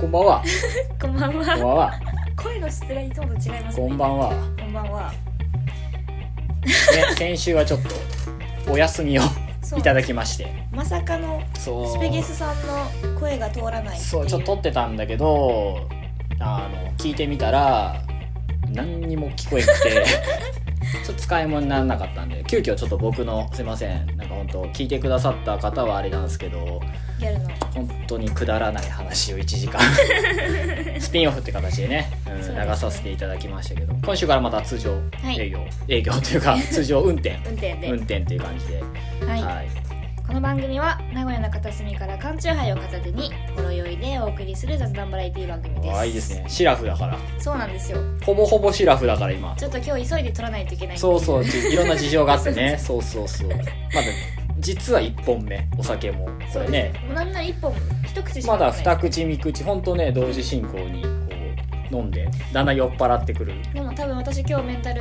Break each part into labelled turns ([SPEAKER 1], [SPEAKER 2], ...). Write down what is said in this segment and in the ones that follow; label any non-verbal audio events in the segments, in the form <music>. [SPEAKER 1] こんばんは。
[SPEAKER 2] こんばん
[SPEAKER 1] こんば
[SPEAKER 2] は。
[SPEAKER 1] んは。
[SPEAKER 2] 声の質がいつもと違いますね。
[SPEAKER 1] こんばん
[SPEAKER 2] <laughs>
[SPEAKER 1] は。
[SPEAKER 2] こんばんは。
[SPEAKER 1] ね、先週はちょっとお休みを
[SPEAKER 2] そう
[SPEAKER 1] いただきまして。
[SPEAKER 2] まさかの
[SPEAKER 1] そう。
[SPEAKER 2] スペゲスさんの声が通らないっていう。
[SPEAKER 1] そう、ちょっと撮ってたんだけど、あの、聞いてみたら、何にも聞こえなく
[SPEAKER 2] <laughs>
[SPEAKER 1] て、ちょっと使い物にならなかったんで、急遽ちょっと僕の、すいません、なんか本当聞いてくださった方はあれなんですけど、
[SPEAKER 2] ギャルの。
[SPEAKER 1] 本当にくだらない話を1時
[SPEAKER 2] <laughs>
[SPEAKER 1] 間スピンオフって形でね、うん
[SPEAKER 2] そうですね
[SPEAKER 1] 流させていただきましたけど今週からまた通常
[SPEAKER 2] い
[SPEAKER 1] 営業、営業というか通常運転
[SPEAKER 2] 運転で。
[SPEAKER 1] 運転っていう感じで、
[SPEAKER 2] はい、
[SPEAKER 1] はい
[SPEAKER 2] この番組は名古屋の片隅から缶チューハイを片手にほろ酔いでお送りする雑談バラエティ番組です。
[SPEAKER 1] ああいいです。ねシラフだから
[SPEAKER 2] そうなんですよ。
[SPEAKER 1] ほぼほぼシラフだから今
[SPEAKER 2] ちょっと今日急いで撮らないといけない。
[SPEAKER 1] そうそういろんな事情があってね
[SPEAKER 2] <laughs>
[SPEAKER 1] そうそうそうまだ実は1本目お酒もこ
[SPEAKER 2] そう
[SPEAKER 1] れ
[SPEAKER 2] です
[SPEAKER 1] ね。
[SPEAKER 2] もうなんなら一本一口しか
[SPEAKER 1] まだ
[SPEAKER 2] 飲んでない
[SPEAKER 1] 2口3口ほんとね同時進行にこう飲んでだんだん酔っ払ってくる、
[SPEAKER 2] でも多分私今日メンタル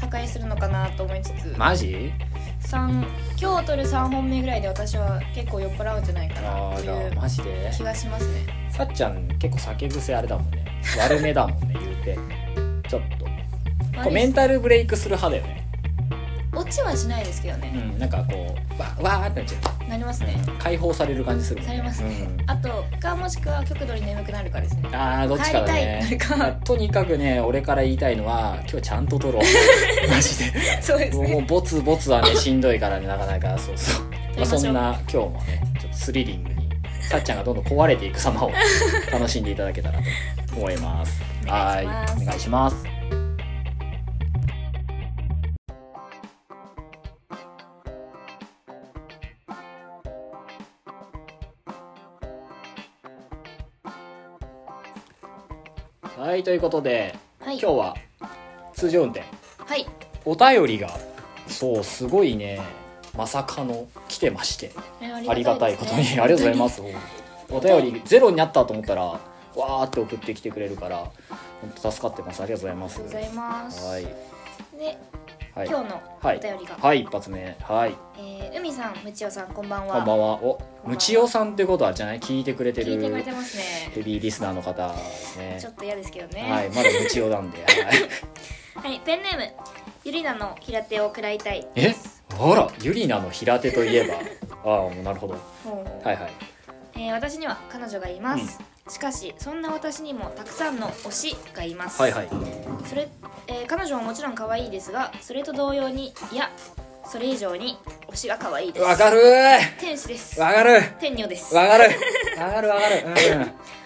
[SPEAKER 2] 破壊するのかなと思いつつ。
[SPEAKER 1] マジ
[SPEAKER 2] 三今日取る3本目ぐらいで私は結構酔っ払うんじゃないか
[SPEAKER 1] あ
[SPEAKER 2] な
[SPEAKER 1] あ
[SPEAKER 2] とい
[SPEAKER 1] じゃ
[SPEAKER 2] う
[SPEAKER 1] あマジで
[SPEAKER 2] 気がしますね
[SPEAKER 1] さっちゃん結構酒癖あれだもんね悪めだもんね言うてちょっとこうメンタルブレイクする派だよね
[SPEAKER 2] 落ちはしないですけど
[SPEAKER 1] う
[SPEAKER 2] ね、
[SPEAKER 1] んなんかこうわわーってなっちゃ
[SPEAKER 2] なります
[SPEAKER 1] う、
[SPEAKER 2] ね、
[SPEAKER 1] うん解放される感じするもん
[SPEAKER 2] されますね
[SPEAKER 1] うん
[SPEAKER 2] あとかもしくは極度に眠くなるかですね
[SPEAKER 1] あーどっちかだ
[SPEAKER 2] 帰
[SPEAKER 1] ね
[SPEAKER 2] りたいな
[SPEAKER 1] <laughs>
[SPEAKER 2] んか
[SPEAKER 1] とにかくね俺から言いたいのは今日ちゃんと取ろう
[SPEAKER 2] <laughs>
[SPEAKER 1] マジで
[SPEAKER 2] そうです
[SPEAKER 1] もうもう
[SPEAKER 2] ね
[SPEAKER 1] ボツボツは
[SPEAKER 2] <laughs>
[SPEAKER 1] ねしんどいからねなかなかそうそう、まあ、
[SPEAKER 2] 撮りましょう
[SPEAKER 1] そんな今日もねちょっとスリリングにさっちゃんがどんどん壊れていく
[SPEAKER 2] <laughs>
[SPEAKER 1] 様を楽しんでいただけたらと思います
[SPEAKER 2] お願いしま
[SPEAKER 1] は
[SPEAKER 2] す
[SPEAKER 1] ーお願いしますはいということで、
[SPEAKER 2] はい
[SPEAKER 1] 今日は通常運転
[SPEAKER 2] はい
[SPEAKER 1] お便りがそうすごいねまさかの来てましてありがたいことに、 <laughs> ありがとうございます
[SPEAKER 2] <laughs>
[SPEAKER 1] すお便りゼロになったと思ったらわーって送ってきてくれるから本当助かってますありがとうございま
[SPEAKER 2] あり
[SPEAKER 1] す
[SPEAKER 2] がとうございます
[SPEAKER 1] はい
[SPEAKER 2] で
[SPEAKER 1] はい
[SPEAKER 2] 今日のお便りが、
[SPEAKER 1] はい一発目はい
[SPEAKER 2] えー海さんむちおさんこんばんは
[SPEAKER 1] こんばんはお
[SPEAKER 2] は
[SPEAKER 1] むちおさんってことはじゃない聞いてくれて
[SPEAKER 2] 聞いてくれ
[SPEAKER 1] る
[SPEAKER 2] てますね
[SPEAKER 1] ヘビーリスナーの方ですね
[SPEAKER 2] ちょっと嫌ですけどね
[SPEAKER 1] はいまだむちおなんではい
[SPEAKER 2] はい、ペンネームゆりなの平手を食らいたい
[SPEAKER 1] えあらゆりなの平手といえばああもうなるほど
[SPEAKER 2] ほう
[SPEAKER 1] はいはい
[SPEAKER 2] えー私には彼女がいます、しかしそんな私にもたくさんの推しがいます、
[SPEAKER 1] はいはい
[SPEAKER 2] それえー彼女ももちろん可愛いですがそれと同様にいやそれ以上に推しが可愛いです
[SPEAKER 1] わかるー
[SPEAKER 2] 天使です
[SPEAKER 1] わかる
[SPEAKER 2] 天女です
[SPEAKER 1] わかるわかるわかる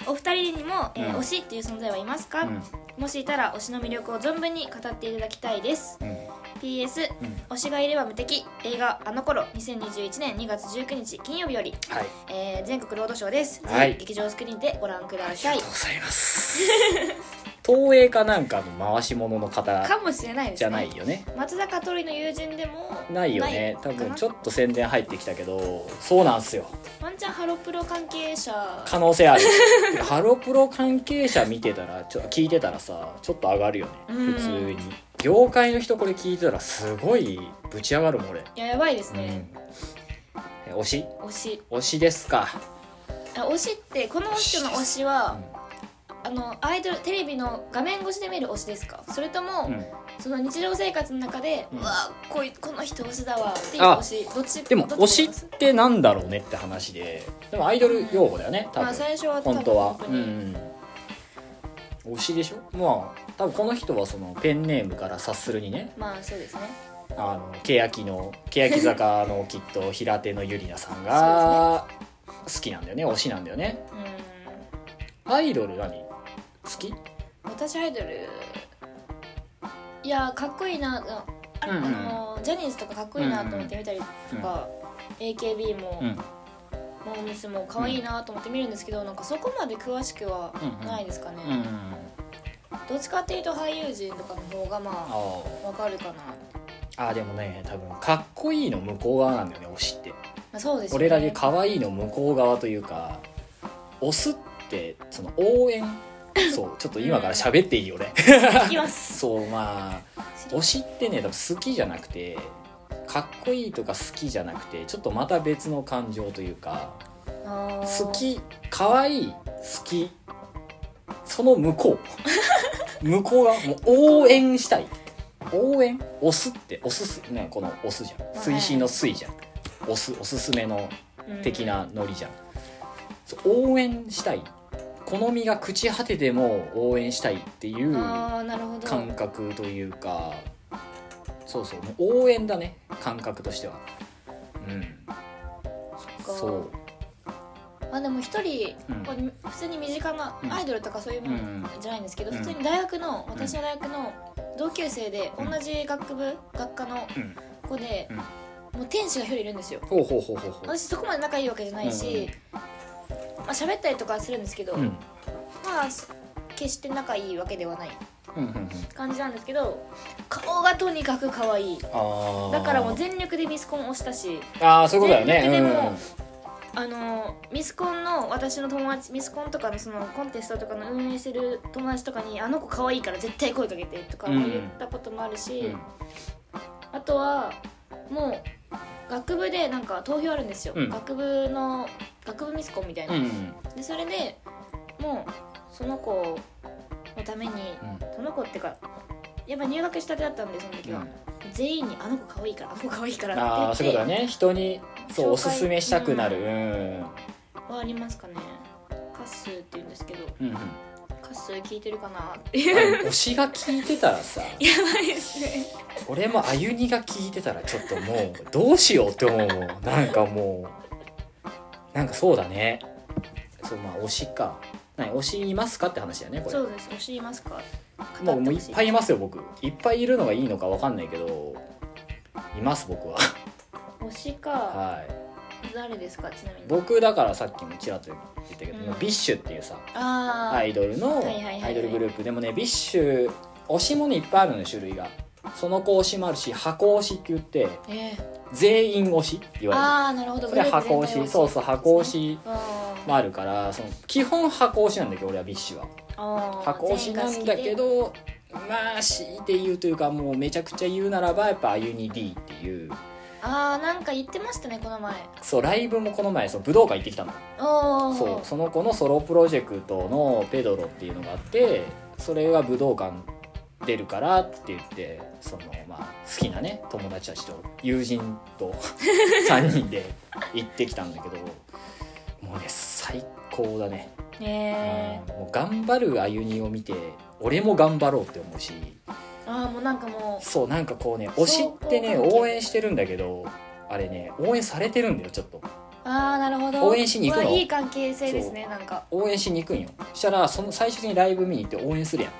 [SPEAKER 2] お二人にも、えー
[SPEAKER 1] うん
[SPEAKER 2] 推しっていう存在はいますか、
[SPEAKER 1] うんうん
[SPEAKER 2] もしいたら推しの魅力を存分に語っていただきたいです
[SPEAKER 1] うん
[SPEAKER 2] PS
[SPEAKER 1] うん
[SPEAKER 2] 推しがいれば無敵映画「あの頃2021年2月19日金曜日より、
[SPEAKER 1] はい
[SPEAKER 2] えー全国ロードショーです、
[SPEAKER 1] はい
[SPEAKER 2] ぜひ劇場スクリーンでご覧くだ
[SPEAKER 1] あ
[SPEAKER 2] さい
[SPEAKER 1] りがとうございます東映かなんかの回し物の
[SPEAKER 2] か
[SPEAKER 1] 方
[SPEAKER 2] もしれないですね
[SPEAKER 1] じゃないよね
[SPEAKER 2] 松坂桃李の友人でも
[SPEAKER 1] ないよね
[SPEAKER 2] か
[SPEAKER 1] 多
[SPEAKER 2] な
[SPEAKER 1] 分ちょっと宣伝入ってきたけどそうなんすよ
[SPEAKER 2] ワンチャンハロプロ関係者
[SPEAKER 1] 可能性あるハロプロ関係者見てたらちょ聞いてたらさちょっと上がるよね
[SPEAKER 2] うん
[SPEAKER 1] 普通に業界の人これ聞いてたらすごいぶち上がるもん俺
[SPEAKER 2] いややばいです
[SPEAKER 1] うん
[SPEAKER 2] ね、
[SPEAKER 1] え推し
[SPEAKER 2] 推し
[SPEAKER 1] 推しですか
[SPEAKER 2] あ推しってこの人の推しは、あのアイドルテレビの画面越しで見る推しですかそれとも、
[SPEAKER 1] うん
[SPEAKER 2] その日常生活の中で、
[SPEAKER 1] う
[SPEAKER 2] うんわこいこの人推しだわっていう
[SPEAKER 1] あ
[SPEAKER 2] 推しどっち
[SPEAKER 1] でも
[SPEAKER 2] どっ
[SPEAKER 1] 推
[SPEAKER 2] ち
[SPEAKER 1] し
[SPEAKER 2] だと思います
[SPEAKER 1] ってなんだろうねって話ででもアイドル用語だよね多
[SPEAKER 2] まあ
[SPEAKER 1] 分
[SPEAKER 2] 最初は多分
[SPEAKER 1] 本当は
[SPEAKER 2] 本
[SPEAKER 1] う
[SPEAKER 2] 当に
[SPEAKER 1] ん推しでしょまあ多分この人はそのペンネームから察するにね
[SPEAKER 2] まあそうですね
[SPEAKER 1] あの欅の欅坂のきっと平手のゆりなさん
[SPEAKER 2] <laughs>
[SPEAKER 1] が好きなんだよね推しなんだよね
[SPEAKER 2] うん
[SPEAKER 1] アイドル何好き
[SPEAKER 2] 私アイドルいやかっこいいなあ,、
[SPEAKER 1] うんうん
[SPEAKER 2] あのジャニーズとかかっこいいなと思って見たりとか、AKB も、
[SPEAKER 1] うん
[SPEAKER 2] モームスも可愛いなと思って見るんですけど、なんかそこまで詳しくは
[SPEAKER 1] うんうん
[SPEAKER 2] ないですかね、
[SPEAKER 1] うん
[SPEAKER 2] どっちかっていうと俳優陣とかの方がま
[SPEAKER 1] あ
[SPEAKER 2] あわかるかな、
[SPEAKER 1] ああでもね多分かっこいいの向こう側なんだよね推しって
[SPEAKER 2] まあ、そうですよね
[SPEAKER 1] 俺らで可愛いの向こう側というか押すってその応援そうちょっと今から喋っていいよね
[SPEAKER 2] いきま
[SPEAKER 1] <laughs>
[SPEAKER 2] す
[SPEAKER 1] そうまあ推しってね多分好きじゃなくてかっこいいとか好きじゃなくてちょっとまた別の感情というか
[SPEAKER 2] <laughs> ああー
[SPEAKER 1] 好き可愛い好きその向こう向こうがもう応援したい応援押すって押すすねこの押すじゃん
[SPEAKER 2] い
[SPEAKER 1] 推進の推じゃん押すおすすめの的なノリじゃん、そう応援したい好みが朽ち果てても応援したいってい
[SPEAKER 2] うん
[SPEAKER 1] う
[SPEAKER 2] あーなるほど
[SPEAKER 1] 感覚というかそうそうもう応援だね感覚としてはうん
[SPEAKER 2] そっか
[SPEAKER 1] そう
[SPEAKER 2] あでも一人、
[SPEAKER 1] うん
[SPEAKER 2] こう普通に身近な
[SPEAKER 1] うん
[SPEAKER 2] アイドルとかそういうも
[SPEAKER 1] うん
[SPEAKER 2] のじゃないんですけど、
[SPEAKER 1] うん
[SPEAKER 2] 普通に大学の私の大学の同級生で同じ学部、学科の
[SPEAKER 1] うん
[SPEAKER 2] 子で、
[SPEAKER 1] うん
[SPEAKER 2] もう天使が一人いるんですよ
[SPEAKER 1] ほうほうほうほうほう
[SPEAKER 2] 私そこまで仲いいわけじゃないし、まあ喋ったりとかはするんですけど、
[SPEAKER 1] うんうん
[SPEAKER 2] まあ決して仲いいわけではない
[SPEAKER 1] うんうん
[SPEAKER 2] 感じなんですけど顔がとにかく可愛い
[SPEAKER 1] ああ
[SPEAKER 2] だからもう全力でミスコンをしたし
[SPEAKER 1] ああそういうことだよね
[SPEAKER 2] 全力で
[SPEAKER 1] うん
[SPEAKER 2] もあのミスコンの私の友達ミスコンとかのそのコンテストとかの運営してる友達とかに「あの子可愛いから絶対声かけて」とか
[SPEAKER 1] うん
[SPEAKER 2] も言ったこともあるし、
[SPEAKER 1] うん
[SPEAKER 2] あとはもう学部でなんか投票あるんですよ、
[SPEAKER 1] うん
[SPEAKER 2] 学部の学部ミスコンみたいな、
[SPEAKER 1] うん
[SPEAKER 2] でそれでもうその子のためにその子ってかやっぱ入学したてだったんでその時
[SPEAKER 1] うん
[SPEAKER 2] は、全員に「あの子可愛いからあの子可愛いから」って言
[SPEAKER 1] あ
[SPEAKER 2] っ
[SPEAKER 1] あ
[SPEAKER 2] て
[SPEAKER 1] そういうことだね人にそうお
[SPEAKER 2] 紹介
[SPEAKER 1] すすめしたくなるうん
[SPEAKER 2] はありますかねカッスーって言うんですけど
[SPEAKER 1] うんうん
[SPEAKER 2] カッスー聞いてるかなって
[SPEAKER 1] あ
[SPEAKER 2] いう <laughs>
[SPEAKER 1] の推しが聞いてたらさ
[SPEAKER 2] やばいですね
[SPEAKER 1] 俺もあゆにが聞いてたらちょっともうどうしようって思うもんなんかもうなんかそうだねそうまあ推しか何推しいますかって話だよねこれ
[SPEAKER 2] そうです教えますか
[SPEAKER 1] もうもういっぱい
[SPEAKER 2] い
[SPEAKER 1] いますよ僕いっぱいいるのがいいのかわかんないけどいます僕は
[SPEAKER 2] 推しか
[SPEAKER 1] はい
[SPEAKER 2] 誰ですかちなみに
[SPEAKER 1] 僕だからさっきもちらっと言ったけど、
[SPEAKER 2] うん
[SPEAKER 1] ビッシュっていうさ
[SPEAKER 2] ああ、
[SPEAKER 1] アイドルの
[SPEAKER 2] はいはいはいはい
[SPEAKER 1] アイドルグループでもねビッシュ推しもねいっぱいあるのよ種類がその子推しもあるし箱推しって言って
[SPEAKER 2] ええ
[SPEAKER 1] 全員推しって言われる
[SPEAKER 2] ああなるほど
[SPEAKER 1] それ
[SPEAKER 2] グループ
[SPEAKER 1] 箱
[SPEAKER 2] 全体
[SPEAKER 1] 推
[SPEAKER 2] を
[SPEAKER 1] しそうそう箱推
[SPEAKER 2] ですね
[SPEAKER 1] し
[SPEAKER 2] あー
[SPEAKER 1] もあるからその基本箱推しなんだけど俺はビッシュは
[SPEAKER 2] あー
[SPEAKER 1] 箱推しなんだけどまあ強いて言うというかもうめちゃくちゃ言うならばやっぱあゆに D っていう
[SPEAKER 2] ああなんか言ってましたねこの前
[SPEAKER 1] そうライブもこの前そう武道館行ってきたの
[SPEAKER 2] おお
[SPEAKER 1] そうその子のソロプロジェクトの「ペドロ」っていうのがあってそれが武道館出るからって言ってその、まあ、好きなね友達たちと友人 <laughs> と3人で行ってきたんだけどもうね最高だね、
[SPEAKER 2] ねえ
[SPEAKER 1] うんもう頑張る歩みを見て俺も頑張ろうって思うし
[SPEAKER 2] ああもうなんかも
[SPEAKER 1] そうなんかこうね推しってね
[SPEAKER 2] 相互関係
[SPEAKER 1] 応援してるんだけどあれね応援されてるんだよちょっと
[SPEAKER 2] うああなるほど
[SPEAKER 1] 応援しに行くの
[SPEAKER 2] うわいい関係性ですねなんか
[SPEAKER 1] 応援しに行くんよしたらその最終的にライブ見に行って応援するやん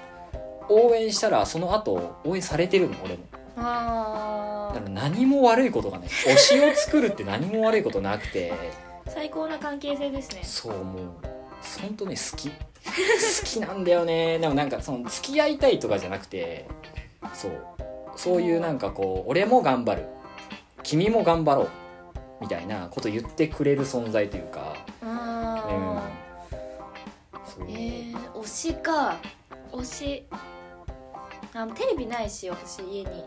[SPEAKER 1] 応援したらその後応援されてるの俺も
[SPEAKER 2] あ
[SPEAKER 1] だか
[SPEAKER 2] あ
[SPEAKER 1] ら何も悪いことがない推しを作るって何も悪いことなくて
[SPEAKER 2] 最高な関係性ですね
[SPEAKER 1] そうもう本当ね好き好きなんだよねでもなんかその付き合いたいとかじゃなくてそうそういうなんかこう俺も頑張る君も頑張ろうみたいなこと言ってくれる存在というかうん
[SPEAKER 2] あ
[SPEAKER 1] そう
[SPEAKER 2] ーえー、推しか推しあテレビないし私家に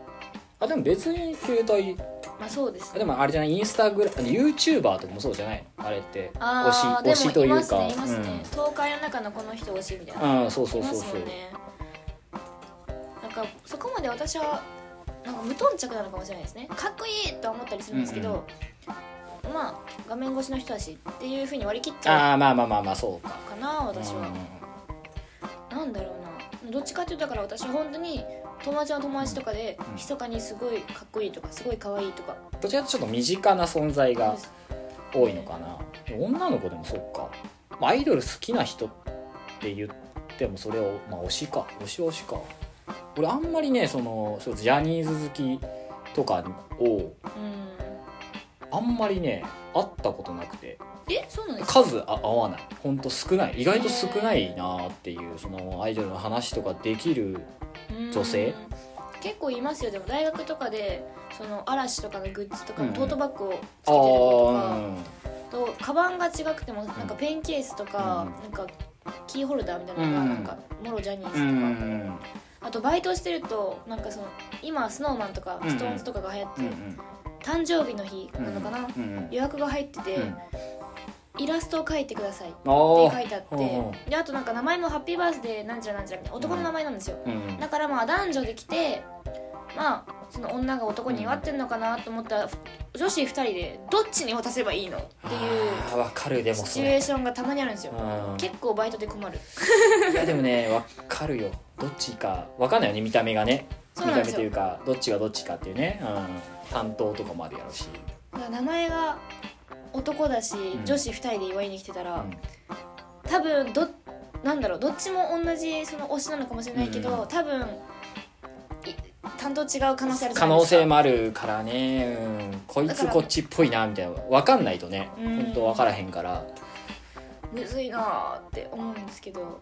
[SPEAKER 1] あでも別に携帯
[SPEAKER 2] まあそうです
[SPEAKER 1] でもあれじゃないインスタグラム YouTuber とかもそうじゃないのあれって推し
[SPEAKER 2] ああ
[SPEAKER 1] 推しというか
[SPEAKER 2] でもいますねいますね、東海の中のこの人推しみたいな
[SPEAKER 1] うん、うん、そうそ
[SPEAKER 2] いうま
[SPEAKER 1] そう
[SPEAKER 2] す
[SPEAKER 1] そ
[SPEAKER 2] も
[SPEAKER 1] うん
[SPEAKER 2] ねなんかそこまで私はなんか無頓着なのかもしれないですねかっこいいとは思ったりするんですけど、まあ画面越しの人だしっていうふうに割り切っちゃ
[SPEAKER 1] ああまあまあまあまあそうか
[SPEAKER 2] うかな私
[SPEAKER 1] うん
[SPEAKER 2] は、なんだろうなどっちかっていうとだから私は本当に友達の友達とかで
[SPEAKER 1] うん
[SPEAKER 2] 密かにすごいかっこいいとかすごい可愛いとか
[SPEAKER 1] どちらかというとちょっと身近な存在が多いのかな女の子でもそっかまあアイドル好きな人って言ってもそれを、まあ、推しか推し推しか俺あんまりねそのそうジャニーズ好きとかを
[SPEAKER 2] うん
[SPEAKER 1] あんまりね会ったことなくて
[SPEAKER 2] えそうなんですか
[SPEAKER 1] 数あ合わないほんと少ない意外と少ないなっていうそのアイドルの話とかできる
[SPEAKER 2] うん
[SPEAKER 1] 女性
[SPEAKER 2] 結構いますよでも大学とかでその嵐とかのグッズとかのトートバッグをつけて
[SPEAKER 1] あ
[SPEAKER 2] る子
[SPEAKER 1] ー
[SPEAKER 2] とか、とカバンが違くてもなんかペンケースとか、
[SPEAKER 1] う
[SPEAKER 2] なんかキーホルダーみたいなのが
[SPEAKER 1] うん
[SPEAKER 2] なんかもろジャニー
[SPEAKER 1] うんう
[SPEAKER 2] ズとか、
[SPEAKER 1] ん
[SPEAKER 2] あとバイトしてるとなんかその今スノーマンとか
[SPEAKER 1] うん
[SPEAKER 2] ストーンズとかが流行って
[SPEAKER 1] うん
[SPEAKER 2] る、誕生日の日
[SPEAKER 1] うん
[SPEAKER 2] なのかな、
[SPEAKER 1] うんうん
[SPEAKER 2] 予約が入ってて、
[SPEAKER 1] うん
[SPEAKER 2] イラストを描いてくださいって
[SPEAKER 1] ああ
[SPEAKER 2] 書いてあっ
[SPEAKER 1] ほ
[SPEAKER 2] て
[SPEAKER 1] うほ
[SPEAKER 2] であとなんか名前も「ハッピーバースデーなんちゃらなんちゃら」みたいな男の名前なんですよ
[SPEAKER 1] う、うん、
[SPEAKER 2] だからまあ男女で来てまあその女が男に祝ってんのかなと思ったらふ女子2人でどっちに渡せばいいのってい
[SPEAKER 1] あーわかるでも
[SPEAKER 2] うシ
[SPEAKER 1] そ
[SPEAKER 2] チュエー
[SPEAKER 1] れ
[SPEAKER 2] ションがたまにあるんですよ
[SPEAKER 1] うん
[SPEAKER 2] 結構バイトで困る
[SPEAKER 1] いやでもねわかるよどっちかわかんないよね見た目がね
[SPEAKER 2] そう
[SPEAKER 1] 見
[SPEAKER 2] なん
[SPEAKER 1] た
[SPEAKER 2] で
[SPEAKER 1] 目
[SPEAKER 2] す
[SPEAKER 1] とい
[SPEAKER 2] よ
[SPEAKER 1] うかどっちがどっちかっていうね、うん、担当とかもあるやろうし、
[SPEAKER 2] だから名前が男だし
[SPEAKER 1] ん
[SPEAKER 2] 女子2人で祝いに来てた
[SPEAKER 1] う
[SPEAKER 2] ら
[SPEAKER 1] ん
[SPEAKER 2] 多分どなんだろうどっちも同じその推しなのかもしれないけ
[SPEAKER 1] うん
[SPEAKER 2] ど多分い担当違う可能性ある
[SPEAKER 1] 可
[SPEAKER 2] じゃない
[SPEAKER 1] 能
[SPEAKER 2] ですか
[SPEAKER 1] 性もあるからね、うん、こいつこっちっぽいなみたいなわかんないとね、
[SPEAKER 2] うん
[SPEAKER 1] 本当わからへんから
[SPEAKER 2] むずいなーって思うんですけど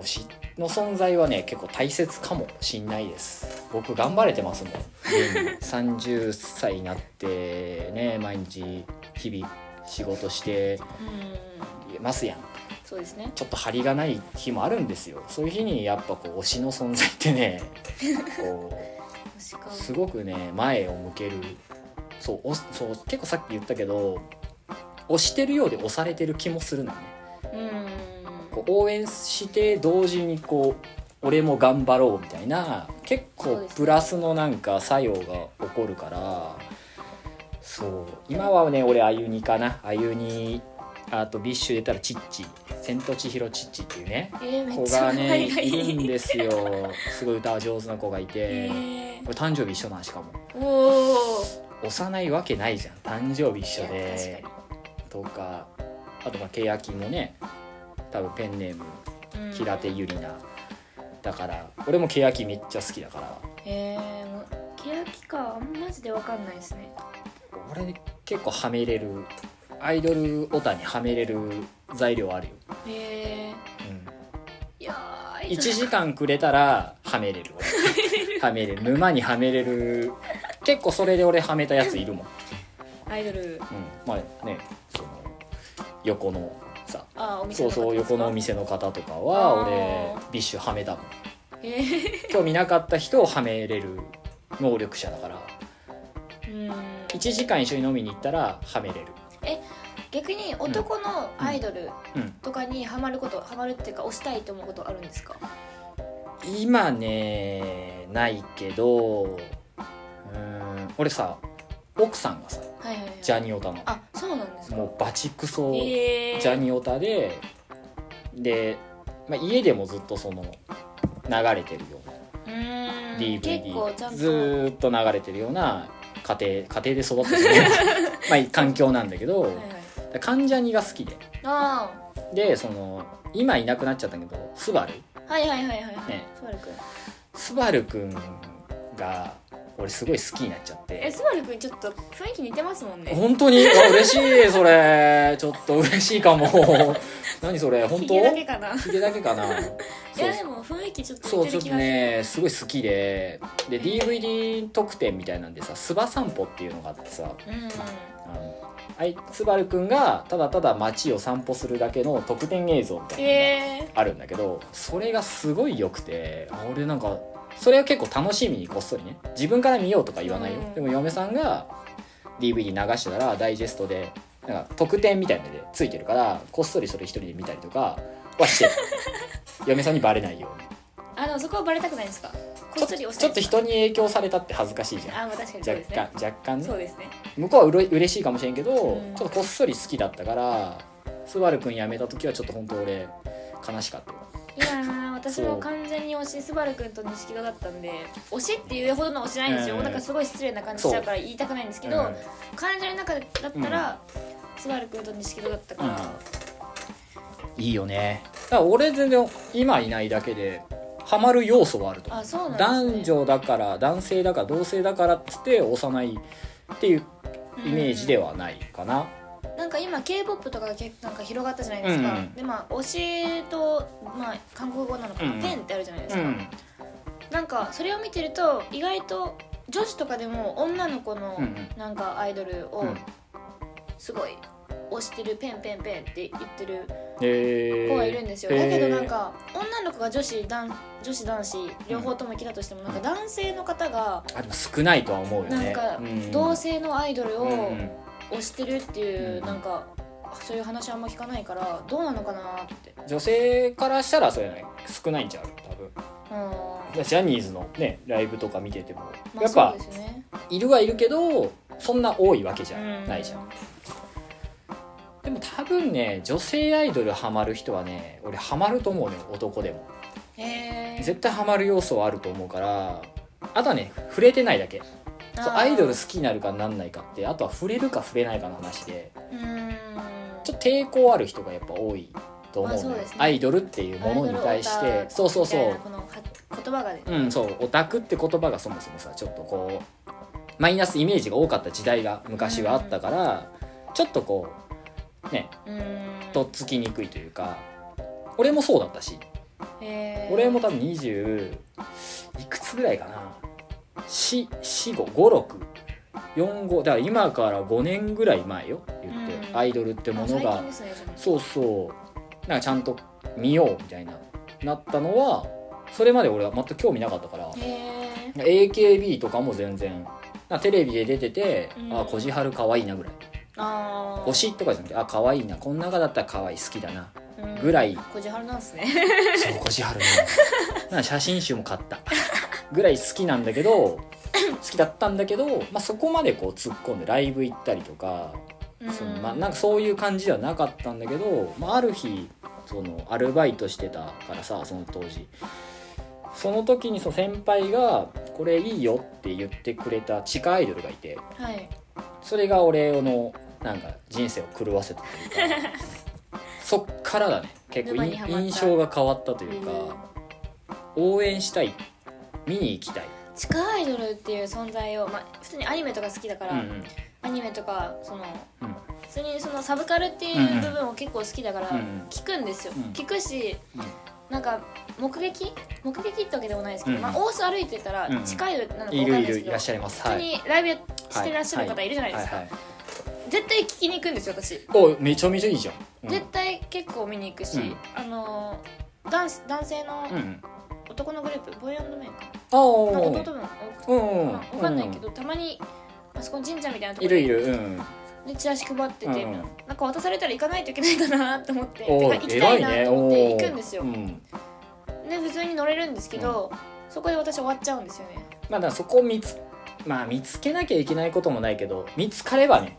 [SPEAKER 1] 推しの存在はね結構大切かもしんないです僕頑張れてますもん家に30歳になってね毎日日々仕事して
[SPEAKER 2] うん
[SPEAKER 1] ますやん
[SPEAKER 2] そうですね
[SPEAKER 1] ちょっと張りがない日もあるんですよそういう日にやっぱこう推しの存在ってねこう
[SPEAKER 2] 確か
[SPEAKER 1] すごくね前を向けるそうおそう結構さっき言ったけど押してるようで押されてる気もするのよね
[SPEAKER 2] うん
[SPEAKER 1] こう応援して同時にこう俺も頑張ろうみたいな結
[SPEAKER 2] そう
[SPEAKER 1] 構
[SPEAKER 2] ですね
[SPEAKER 1] プラスのなんか作用が起こるからそう今はね俺あゆにかなあゆにあとビッシュ入れたらチッチ千と千尋チッチっていうね
[SPEAKER 2] えー、め
[SPEAKER 1] 子
[SPEAKER 2] っちゃ
[SPEAKER 1] が
[SPEAKER 2] 可
[SPEAKER 1] ね
[SPEAKER 2] 愛い
[SPEAKER 1] いるんですよすごい歌上手な子がいて
[SPEAKER 2] え
[SPEAKER 1] これ誕生日一緒なんしかも
[SPEAKER 2] ー、おお
[SPEAKER 1] 幼いわけないじゃん誕生日一緒
[SPEAKER 2] いや
[SPEAKER 1] でとかあとまあ欅もね多分ペンネーム
[SPEAKER 2] 確かに、うん
[SPEAKER 1] 平手ゆりなだから俺も欅めっちゃ好きだから
[SPEAKER 2] えー、もう欅かあんまマジでわかんないですね
[SPEAKER 1] 俺結構はめれるアイドルオタにはめれる材料あるよ、
[SPEAKER 2] えー、いや
[SPEAKER 1] う
[SPEAKER 2] ー
[SPEAKER 1] ん、1時間くれたらはめ
[SPEAKER 2] <laughs>
[SPEAKER 1] れる俺はめれる沼にはめれる結構それで俺はめたやついるもん、うん、
[SPEAKER 2] アイドル
[SPEAKER 1] まあねその横のさ
[SPEAKER 2] あーお店
[SPEAKER 1] そ
[SPEAKER 2] の
[SPEAKER 1] うそ
[SPEAKER 2] 方
[SPEAKER 1] う
[SPEAKER 2] ですか
[SPEAKER 1] 横のお店の方とかは
[SPEAKER 2] あ
[SPEAKER 1] 俺ビッシュはめたもん
[SPEAKER 2] えー
[SPEAKER 1] 興味なかった人をはめれる能力者だから
[SPEAKER 2] うん
[SPEAKER 1] 1時間一緒に飲みに行ったらはめれる
[SPEAKER 2] 逆に男のアイドル
[SPEAKER 1] うん
[SPEAKER 2] とかにハマることハマるっていうか推したいと思うことあるんですか
[SPEAKER 1] 今ねないけどうーん俺さ奥さんがさ
[SPEAKER 2] はいはいはい
[SPEAKER 1] ジャニオタの
[SPEAKER 2] あそうなんですか
[SPEAKER 1] もうバチクソジ
[SPEAKER 2] えー、
[SPEAKER 1] ャニオタでで、まあ、家でもずっとその流れてるような
[SPEAKER 2] うーん
[SPEAKER 1] DVD
[SPEAKER 2] 結構ちゃんと
[SPEAKER 1] ずーっと流れてるような家庭家庭で育ってる、ね、
[SPEAKER 2] <laughs>
[SPEAKER 1] まあ環境なんだけど、
[SPEAKER 2] はいはい、
[SPEAKER 1] 関ジャニが好きで
[SPEAKER 2] あ
[SPEAKER 1] でその今いなくなっちゃったけどスバル
[SPEAKER 2] あはいはいはいはいはい、
[SPEAKER 1] ね
[SPEAKER 2] スバルくん
[SPEAKER 1] スバルくんが俺すごい好きになっちゃっ
[SPEAKER 2] え
[SPEAKER 1] て
[SPEAKER 2] スバルくんちょっと雰囲気似てますもんね
[SPEAKER 1] 本当にあ嬉しいそれ <laughs> ちょっと嬉しいかも <laughs> 何それ本
[SPEAKER 2] ひ
[SPEAKER 1] 当
[SPEAKER 2] げだけかな
[SPEAKER 1] ヒゲだけかな
[SPEAKER 2] いやでも雰囲気ちょっ
[SPEAKER 1] そ
[SPEAKER 2] と
[SPEAKER 1] う
[SPEAKER 2] 似
[SPEAKER 1] ち
[SPEAKER 2] て
[SPEAKER 1] ょっ
[SPEAKER 2] る
[SPEAKER 1] と
[SPEAKER 2] 気がする、
[SPEAKER 1] ねすごい好きでで
[SPEAKER 2] へ
[SPEAKER 1] DVD 特典みたいなんでさ「スバ散歩」っていうのがあってさ
[SPEAKER 2] うん
[SPEAKER 1] あのあいスバルくんがただただ街を散歩するだけの特典映像みたいなのが
[SPEAKER 2] え
[SPEAKER 1] あるんだけどそれがすごい良くてあ俺なんかそれを結構楽しみにこっそりね自分から見ようとか言わないよ、
[SPEAKER 2] うん
[SPEAKER 1] でも嫁さんが DVD 流してたらダイジェストでなんか特典みたいなのでついてるからこっそりそれ一人で見たりとかはして
[SPEAKER 2] <laughs>
[SPEAKER 1] る嫁さんにバレないように
[SPEAKER 2] ー、あでもそこはバレたくないんですかこっそり押し
[SPEAKER 1] ち
[SPEAKER 2] た
[SPEAKER 1] ょ
[SPEAKER 2] い
[SPEAKER 1] っと
[SPEAKER 2] んですか
[SPEAKER 1] 人に影響されたって恥ずかしいじゃん
[SPEAKER 2] あーまあ確かにそう
[SPEAKER 1] 若
[SPEAKER 2] ですね
[SPEAKER 1] 干若干ね
[SPEAKER 2] そうですね
[SPEAKER 1] 向こうはうれ嬉しいかもしれんけど、
[SPEAKER 2] うん
[SPEAKER 1] ちょっとこっそり好きだったからスバルくん辞めた時はちょっと本当俺悲しかったよ
[SPEAKER 2] いやー私
[SPEAKER 1] そ
[SPEAKER 2] も
[SPEAKER 1] う
[SPEAKER 2] 完全に推しスバルくんと錦戸だったんで推しっていうほどの推しじゃないんですよ、
[SPEAKER 1] うん
[SPEAKER 2] なんかすごい失礼な感じしちゃうから言いたくないんですけど、
[SPEAKER 1] うん
[SPEAKER 2] 感情の中だったら、スバルくんと錦戸だったから、
[SPEAKER 1] いいよねだから俺全然今いないだけでハマる要素はあると思
[SPEAKER 2] あそう
[SPEAKER 1] う
[SPEAKER 2] なんです、ね、
[SPEAKER 1] 男女だから男性だから同性だからっつって幼いっていうイメージではないかな、
[SPEAKER 2] なんか今 k p o p とかが結構なんか広がったじゃないですか、
[SPEAKER 1] うんうん
[SPEAKER 2] でまあ推しと、まあ、韓国語なのかな、
[SPEAKER 1] うん
[SPEAKER 2] ペンってあるじゃないです
[SPEAKER 1] う
[SPEAKER 2] か、
[SPEAKER 1] ん
[SPEAKER 2] なんかそれを見てると意外と女子とかでも女の子の
[SPEAKER 1] うんうん
[SPEAKER 2] なんかアイドル
[SPEAKER 1] う
[SPEAKER 2] を
[SPEAKER 1] ん
[SPEAKER 2] すごい推してるペンペンペンって言ってる
[SPEAKER 1] え
[SPEAKER 2] 子がいるんですよ、
[SPEAKER 1] えー
[SPEAKER 2] だけどなんか女の子が女子男女子男子両方とも来たとしてもなんか男性の方が
[SPEAKER 1] あでも少ないとは思うよ
[SPEAKER 2] なん
[SPEAKER 1] ね
[SPEAKER 2] か
[SPEAKER 1] うん
[SPEAKER 2] 同性のアイドル
[SPEAKER 1] うんう
[SPEAKER 2] を
[SPEAKER 1] ん
[SPEAKER 2] をしてるっていう、
[SPEAKER 1] うん
[SPEAKER 2] なんかそういう話あんま聞かないからどうなのかなって
[SPEAKER 1] 女性からしたらそれね少ないんちゃう多分
[SPEAKER 2] うんま
[SPEAKER 1] ジャニーズのねライブとか見てても、
[SPEAKER 2] あ
[SPEAKER 1] やっぱ
[SPEAKER 2] そうですよね
[SPEAKER 1] いるはいるけどそんな多いわけじゃないじゃん、
[SPEAKER 2] うん
[SPEAKER 1] でも多分ね女性アイドルハマる人はね俺ハマると思うね男でも
[SPEAKER 2] へえ
[SPEAKER 1] 絶対ハマる要素はあると思うからあとはね触れてないだけそうアイドル好きになるかなんないかってあとは触れるか触れないかの話で
[SPEAKER 2] うん
[SPEAKER 1] ちょっと抵抗ある人がやっぱ多いと思う,、
[SPEAKER 2] まあそうですね
[SPEAKER 1] アイドルっていうものに対し
[SPEAKER 2] アイドルオ
[SPEAKER 1] て
[SPEAKER 2] タ
[SPEAKER 1] そうそうそ
[SPEAKER 2] みたいうなこのか言葉がね
[SPEAKER 1] うん、そうオタクって言葉がそもそもさちょっとこうマイナスイメージが多かった時代が昔はあったから、ちょっとこうね
[SPEAKER 2] うん
[SPEAKER 1] とっつきにくいというか俺もそうだったし
[SPEAKER 2] へー
[SPEAKER 1] 俺も多分20いくつぐらいかな4455645だから今から5年ぐらい前よ言って、
[SPEAKER 2] うん
[SPEAKER 1] アイドルってもの
[SPEAKER 2] あ
[SPEAKER 1] が
[SPEAKER 2] 最近ですねじゃあ
[SPEAKER 1] そうそうなんかちゃんと見ようみたいななったのはそれまで俺は全く興味なかったから。
[SPEAKER 2] へ
[SPEAKER 1] AKB とかも全然なテレビで出てて、
[SPEAKER 2] うん
[SPEAKER 1] あこじはるかわいいなぐらい
[SPEAKER 2] あ
[SPEAKER 1] 推しとかじゃなくてあ可愛いなこの中だったら可愛い好きだなぐ
[SPEAKER 2] らい
[SPEAKER 1] らい
[SPEAKER 2] こじはるなんで
[SPEAKER 1] <laughs>
[SPEAKER 2] すね
[SPEAKER 1] そうこじはるなな写真集も買ったぐらい好きなんだけ <laughs> ど好きだったんだけど、まあ、そこまでこう突っ込んでライブ行ったりとかそのまあ、なんかそういう感じではなかったんだけど、まあ、ある日そのアルバイトしてたからさその当時その時にその先輩が「これいいよ」って言ってくれた地下アイドルがいて
[SPEAKER 2] はい
[SPEAKER 1] それが俺のなんか人生を狂わせたというかそっからだ
[SPEAKER 2] <laughs>
[SPEAKER 1] ね結構
[SPEAKER 2] 沼
[SPEAKER 1] い
[SPEAKER 2] にハマった
[SPEAKER 1] 印象が変わったというか、応援したい見に行きたい、
[SPEAKER 2] 地下アイドルっていう存在を、まあ、普通にアニメとか好きだか
[SPEAKER 1] う
[SPEAKER 2] ら、
[SPEAKER 1] んうん
[SPEAKER 2] アニメとかその
[SPEAKER 1] うん
[SPEAKER 2] 普通にそのサブカルっていう部分を結構好きだから
[SPEAKER 1] うんうん
[SPEAKER 2] 聞くんですよ、
[SPEAKER 1] うん
[SPEAKER 2] 聞くし
[SPEAKER 1] うん
[SPEAKER 2] なんか目撃目撃ってわけでもないですけど、
[SPEAKER 1] うん
[SPEAKER 2] まあ、オース歩いてたら
[SPEAKER 1] うん
[SPEAKER 2] 地下アイドルなのか
[SPEAKER 1] い
[SPEAKER 2] 分かんな
[SPEAKER 1] る
[SPEAKER 2] い
[SPEAKER 1] いる
[SPEAKER 2] です
[SPEAKER 1] い
[SPEAKER 2] けど、
[SPEAKER 1] らっしゃいますはい
[SPEAKER 2] 普通にライブやしてらっしゃる方いるじゃないですか、
[SPEAKER 1] はいはいはい
[SPEAKER 2] 絶対聞きに行くんですよ私、
[SPEAKER 1] おめちゃめちゃいいじゃん、うん
[SPEAKER 2] 絶対結構見に行くし、
[SPEAKER 1] うん
[SPEAKER 2] あのー男子男性
[SPEAKER 1] うんう
[SPEAKER 2] の
[SPEAKER 1] ん
[SPEAKER 2] 男のグループ、ボーイメンか
[SPEAKER 1] あ
[SPEAKER 2] ななん
[SPEAKER 1] あ
[SPEAKER 2] か弟分多くて
[SPEAKER 1] うん
[SPEAKER 2] まあわかんないけど、たまにあそこの神社みたいなとこ
[SPEAKER 1] い
[SPEAKER 2] ろ
[SPEAKER 1] る
[SPEAKER 2] で
[SPEAKER 1] いるうん
[SPEAKER 2] チラシ配ってて、
[SPEAKER 1] うん
[SPEAKER 2] なんか渡されたら行かないといけないかなと思って
[SPEAKER 1] お
[SPEAKER 2] てか行きたいなと思っ
[SPEAKER 1] 偉
[SPEAKER 2] て
[SPEAKER 1] いね
[SPEAKER 2] 行くんですよ、
[SPEAKER 1] おーうん
[SPEAKER 2] で普通に乗れるんですけど、そこで私終わっちゃうんですよね
[SPEAKER 1] まあだからそこを見つまあ見つけなきゃいけないこともないけど見つかればね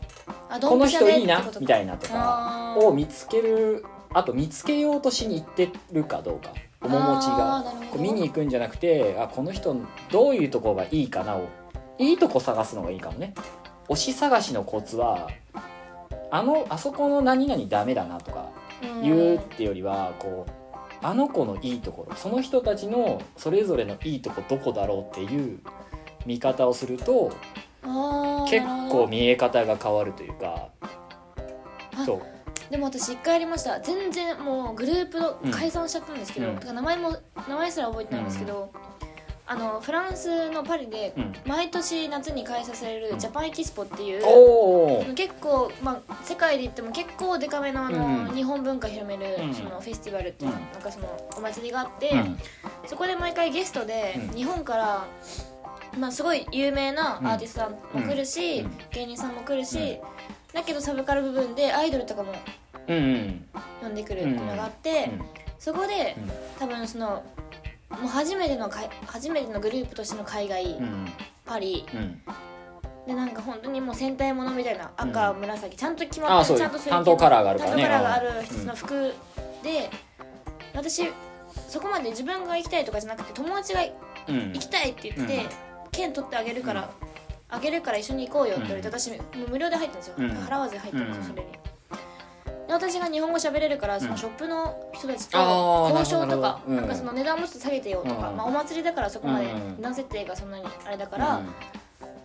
[SPEAKER 2] あ
[SPEAKER 1] この人いいなみ
[SPEAKER 2] い
[SPEAKER 1] たいなとかを見つけるあと見つけようとしに行ってるかどうか面持ちがこう見に行くんじゃなくてあこの人どういうとこがいいかなをいいとこ探すのがいいかもね推し探しのコツはあのあそこの何々ダメだなとか言うってよりはこうあの子のいいところその人たちのそれぞれのいいとこどこだろうっていう見方をすると結構見え方が変わるというか
[SPEAKER 2] あ
[SPEAKER 1] そう
[SPEAKER 2] でも私一回ありました全然もうグループの解散しちゃったんですけど、
[SPEAKER 1] うん
[SPEAKER 2] だから名前も名前すら覚えてないんですけど、あのフランスのパリで
[SPEAKER 1] うん
[SPEAKER 2] 毎年夏に開催されるジャパンエキスポっていう、
[SPEAKER 1] おー
[SPEAKER 2] 結構、まあ、世界で言っても結構デカめのあの、
[SPEAKER 1] うん
[SPEAKER 2] 日本文化広める
[SPEAKER 1] うん
[SPEAKER 2] そのフェスティバルっていう
[SPEAKER 1] うん
[SPEAKER 2] なんかそのお祭りがあって、
[SPEAKER 1] うん
[SPEAKER 2] そこで毎回ゲストで
[SPEAKER 1] うん
[SPEAKER 2] 日本から、まあ、すごい有名なアーティストさんも来るし、
[SPEAKER 1] うんうん
[SPEAKER 2] 芸人さんも来るし、だけどサブカル部分でアイドルとかも
[SPEAKER 1] うんうん
[SPEAKER 2] 呼んでくるっていうのがあって、そこで
[SPEAKER 1] うん
[SPEAKER 2] 多分そのもう初めてのかい初めてのグループとしての海外、
[SPEAKER 1] うんうん
[SPEAKER 2] パリ
[SPEAKER 1] うん
[SPEAKER 2] でなんか本当にもう戦隊ものみたいな赤、
[SPEAKER 1] うん
[SPEAKER 2] 紫ちゃんと決
[SPEAKER 1] あ
[SPEAKER 2] ま
[SPEAKER 1] あ
[SPEAKER 2] って
[SPEAKER 1] そう
[SPEAKER 2] るちゃんとそういう
[SPEAKER 1] 担当カラーがあるからね
[SPEAKER 2] 担当カラーがある
[SPEAKER 1] うん
[SPEAKER 2] 一つの服で、私そこまで自分が行きたいとかじゃなくて友達が
[SPEAKER 1] うん
[SPEAKER 2] 行きたいって言って、
[SPEAKER 1] うん
[SPEAKER 2] 券取ってあげるから、あげるから一緒に行こうよって言われて、
[SPEAKER 1] うん
[SPEAKER 2] 私もう無料で入ったんですよ、
[SPEAKER 1] うん
[SPEAKER 2] 払わず入ったんですよ
[SPEAKER 1] うん
[SPEAKER 2] それに。で私が日本語喋れるからそのショップの人たちと
[SPEAKER 1] あー
[SPEAKER 2] 交渉と
[SPEAKER 1] なる
[SPEAKER 2] か
[SPEAKER 1] ほどなるほどうん
[SPEAKER 2] なんかその値段もちょっと下げてよとか、
[SPEAKER 1] うん
[SPEAKER 2] まあ、お祭りだからそこまで
[SPEAKER 1] うん
[SPEAKER 2] 値段設定がそんなにあれだから、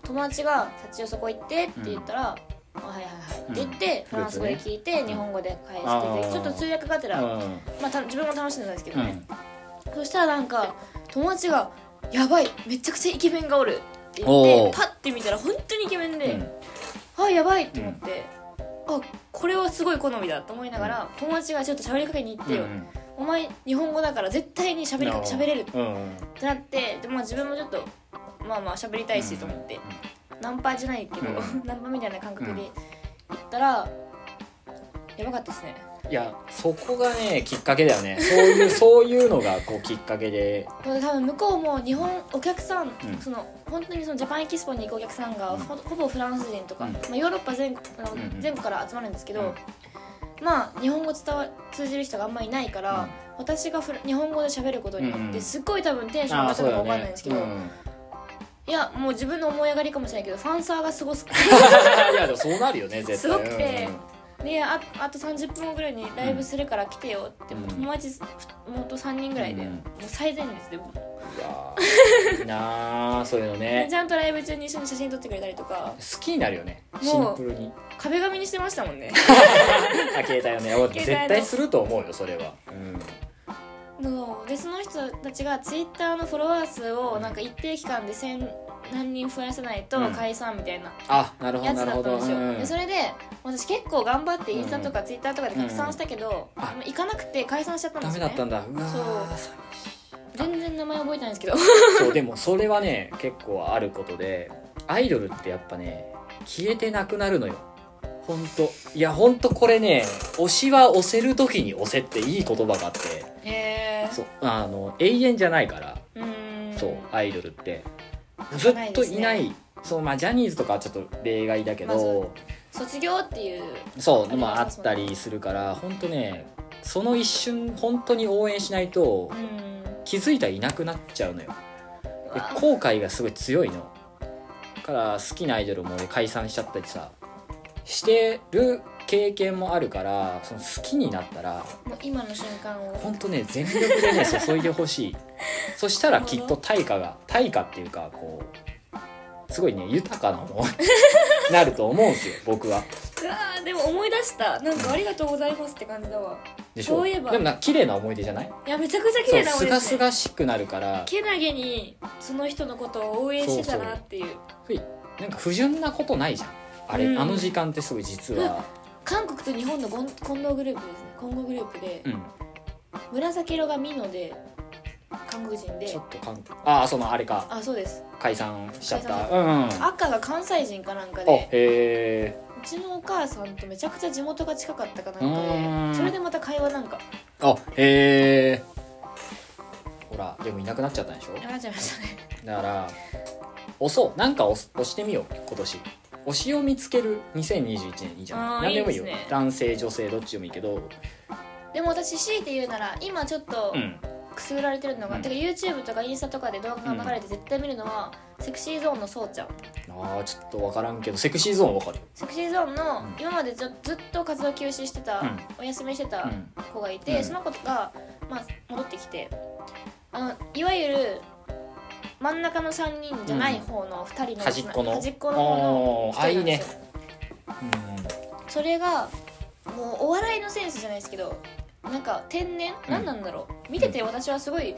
[SPEAKER 2] 友達が「幸代そこ行って」って言ったら「あはいはいはい」って言って、
[SPEAKER 1] うん
[SPEAKER 2] フランス語で聞いて、日本語で返して
[SPEAKER 1] あー
[SPEAKER 2] てちょっと通訳がて
[SPEAKER 1] う
[SPEAKER 2] ら、
[SPEAKER 1] ん
[SPEAKER 2] まあ、た自分も楽しんでたんですけ
[SPEAKER 1] う
[SPEAKER 2] どね、
[SPEAKER 1] ん
[SPEAKER 2] そしたらなんか友達が「やばいめちゃくちゃイケメンがおる」って言
[SPEAKER 1] お
[SPEAKER 2] って
[SPEAKER 1] ー
[SPEAKER 2] パッて見たら本当にイケメン
[SPEAKER 1] う
[SPEAKER 2] で
[SPEAKER 1] ん
[SPEAKER 2] 「あやばい」って思って。あこれはすごい好みだと思いながら、友達がちょっと喋りかけに行ってよ、お前日本語だから絶対に喋りかけ喋れるっ
[SPEAKER 1] うんうん
[SPEAKER 2] てなってで、まあ、自分もちょっと <laughs> まあまあ喋りたいしと思って、ナンパじゃないけど、
[SPEAKER 1] う
[SPEAKER 2] ナンパみたいな感覚でったらやばかったですね
[SPEAKER 1] いやそこがねきっかけだよねそういうそういうのがこうきっかけで
[SPEAKER 2] これ多分向こうも日本お客さん、
[SPEAKER 1] ん
[SPEAKER 2] その本当にそのジャパンエキスポに行くお客さんが
[SPEAKER 1] うん
[SPEAKER 2] ほ,、ぼフランス人とか、
[SPEAKER 1] うん
[SPEAKER 2] まあ、ヨーロッパ全あの
[SPEAKER 1] うんうん
[SPEAKER 2] 全国から集まるんですけど、
[SPEAKER 1] うん
[SPEAKER 2] まあ日本語伝わ通じる人があんまりいないから、
[SPEAKER 1] うん
[SPEAKER 2] 私がフラ日本語で喋ることによ
[SPEAKER 1] うん
[SPEAKER 2] っ
[SPEAKER 1] うん
[SPEAKER 2] てすっごい多分テンション
[SPEAKER 1] あ
[SPEAKER 2] が
[SPEAKER 1] あ
[SPEAKER 2] 上
[SPEAKER 1] そう
[SPEAKER 2] が
[SPEAKER 1] だ
[SPEAKER 2] るのか
[SPEAKER 1] よ
[SPEAKER 2] 分かんないん
[SPEAKER 1] ね
[SPEAKER 2] ですけ
[SPEAKER 1] う
[SPEAKER 2] ど、
[SPEAKER 1] ん
[SPEAKER 2] いやもう自分の思い上がりかもしれないけどファンサーがすごす
[SPEAKER 1] <laughs> いやでもそうなるよね絶対
[SPEAKER 2] すごくて
[SPEAKER 1] うんうん
[SPEAKER 2] でああと30分後ぐらいにライブするから来てよって、
[SPEAKER 1] うん
[SPEAKER 2] もう友達もと3人ぐらいで、
[SPEAKER 1] うん
[SPEAKER 2] もう最前列でもう
[SPEAKER 1] いやーいいなあそういうのね
[SPEAKER 2] ちゃんとライブ中に一緒に写真撮ってくれたりとか
[SPEAKER 1] 好きになるよね
[SPEAKER 2] う
[SPEAKER 1] シンプルに
[SPEAKER 2] 壁紙にしてましたもんね
[SPEAKER 1] あ携帯をね俺
[SPEAKER 2] 携帯の
[SPEAKER 1] 絶対すると思うよそれは、う
[SPEAKER 2] そうでその人たちがツイッターのフォロワー数をなんか一定期間で1000何人増やさないと
[SPEAKER 1] うん
[SPEAKER 2] 解散みたいな
[SPEAKER 1] あなるほど
[SPEAKER 2] やつ
[SPEAKER 1] なる
[SPEAKER 2] だ
[SPEAKER 1] ほ
[SPEAKER 2] った
[SPEAKER 1] ど
[SPEAKER 2] んですよ、
[SPEAKER 1] うん
[SPEAKER 2] でそれで私結構頑張ってインスタとかツイッターとかで拡散したけど、
[SPEAKER 1] うんあ
[SPEAKER 2] 行かなくて解散しちゃったんで
[SPEAKER 1] ダ
[SPEAKER 2] す
[SPEAKER 1] メ
[SPEAKER 2] よ、ね、
[SPEAKER 1] だったんだうわー
[SPEAKER 2] そう全然名前覚えてないんですけど
[SPEAKER 1] そうでもそれはね結構あることでアイドルってやっぱね消えてなくなるのよほんといやほんとこれね推しは押せる時に押せっていい言葉があって
[SPEAKER 2] へえ
[SPEAKER 1] そうあの永遠じゃないから
[SPEAKER 2] うーん
[SPEAKER 1] そうアイドルってずっといな
[SPEAKER 2] ない
[SPEAKER 1] いそうまあジャニーズとかはちょっと例外だけど、
[SPEAKER 2] まあそ卒業っていう
[SPEAKER 1] そう
[SPEAKER 2] あり
[SPEAKER 1] まああ
[SPEAKER 2] ま
[SPEAKER 1] っ
[SPEAKER 2] すもんね
[SPEAKER 1] たりするから本当ねその一瞬本当に応援しないと
[SPEAKER 2] うん
[SPEAKER 1] 気づいたらいなくなっちゃうのよ
[SPEAKER 2] う
[SPEAKER 1] で
[SPEAKER 2] わ
[SPEAKER 1] 後悔がすごい強いのだから好きなアイドルも俺解散しちゃったりさしてる経験もあるからその好きになったら
[SPEAKER 2] もう今の瞬間を
[SPEAKER 1] 本当ね全力でね注いでほしい
[SPEAKER 2] <laughs>
[SPEAKER 1] そしたらきっと対価が対価っていうかこうすごいね豊かなもの
[SPEAKER 2] <laughs>
[SPEAKER 1] になると思うんですよ僕は
[SPEAKER 2] うわーでも思い出したなんかありがとうございますって感じだわ
[SPEAKER 1] でしょ
[SPEAKER 2] そういえば
[SPEAKER 1] でもな綺麗な思い出じゃない
[SPEAKER 2] いやめちゃくちゃ綺
[SPEAKER 1] そ
[SPEAKER 2] 麗
[SPEAKER 1] う
[SPEAKER 2] な思
[SPEAKER 1] す
[SPEAKER 2] い
[SPEAKER 1] が
[SPEAKER 2] ですすね
[SPEAKER 1] がしくなるから
[SPEAKER 2] けなげにその人のことを応援してたなっていう
[SPEAKER 1] なんか不純なことないじゃんあれ、
[SPEAKER 2] うん
[SPEAKER 1] あの時間ってすごい実
[SPEAKER 2] <laughs>
[SPEAKER 1] は、
[SPEAKER 2] 韓国と日本のゴン混同グループですね混合グループで、
[SPEAKER 1] うん、
[SPEAKER 2] 紫色がミノで韓国人
[SPEAKER 1] ち
[SPEAKER 2] で
[SPEAKER 1] ょっとかんああそのあれか
[SPEAKER 2] あそうです
[SPEAKER 1] 解散しちゃっ
[SPEAKER 2] 解
[SPEAKER 1] たうん、うん、あ
[SPEAKER 2] 赤が関西人かなんか
[SPEAKER 1] へ
[SPEAKER 2] で
[SPEAKER 1] え
[SPEAKER 2] うちのお母さんとめちゃくちゃ地元が近かったかな
[SPEAKER 1] うんー
[SPEAKER 2] か
[SPEAKER 1] ん
[SPEAKER 2] でそれでまた会話なんか
[SPEAKER 1] あへえほらでもいなくなっちゃったでしょ
[SPEAKER 2] やられちゃいましたね
[SPEAKER 1] だから押そうなんか押す押してみよう今年推しを見つける2021年いいじゃ
[SPEAKER 2] あ
[SPEAKER 1] な
[SPEAKER 2] ー
[SPEAKER 1] い何でもいいよ
[SPEAKER 2] いいですね
[SPEAKER 1] 男性女性どっちでもいいけど
[SPEAKER 2] でも私強いて言うなら今ちょっと
[SPEAKER 1] うん
[SPEAKER 2] くすぐられてるのが、
[SPEAKER 1] うん
[SPEAKER 2] てか YouTube とかインスタとかで動画が流れて絶対見るのは、セクシーゾーンのそうちゃん
[SPEAKER 1] あーちょっと分からんけどセクシーゾーンは分かるよ
[SPEAKER 2] セクシーゾーンの、
[SPEAKER 1] うん
[SPEAKER 2] 今までずずっと活動休止してた、
[SPEAKER 1] うん
[SPEAKER 2] お休みして
[SPEAKER 1] う
[SPEAKER 2] た
[SPEAKER 1] ん
[SPEAKER 2] 子がいて、
[SPEAKER 1] うん
[SPEAKER 2] その子が、まあ、戻ってきてあのいわゆる真ん中の3人じゃない方の2人の、
[SPEAKER 1] 端っこの
[SPEAKER 2] 端っこの方の
[SPEAKER 1] おーあ
[SPEAKER 2] 一人なん
[SPEAKER 1] いいね
[SPEAKER 2] ですよ
[SPEAKER 1] うん
[SPEAKER 2] それがもうお笑いのセンスじゃないですけどなんか天然、
[SPEAKER 1] うん
[SPEAKER 2] 何なんだろう見てて私はすごい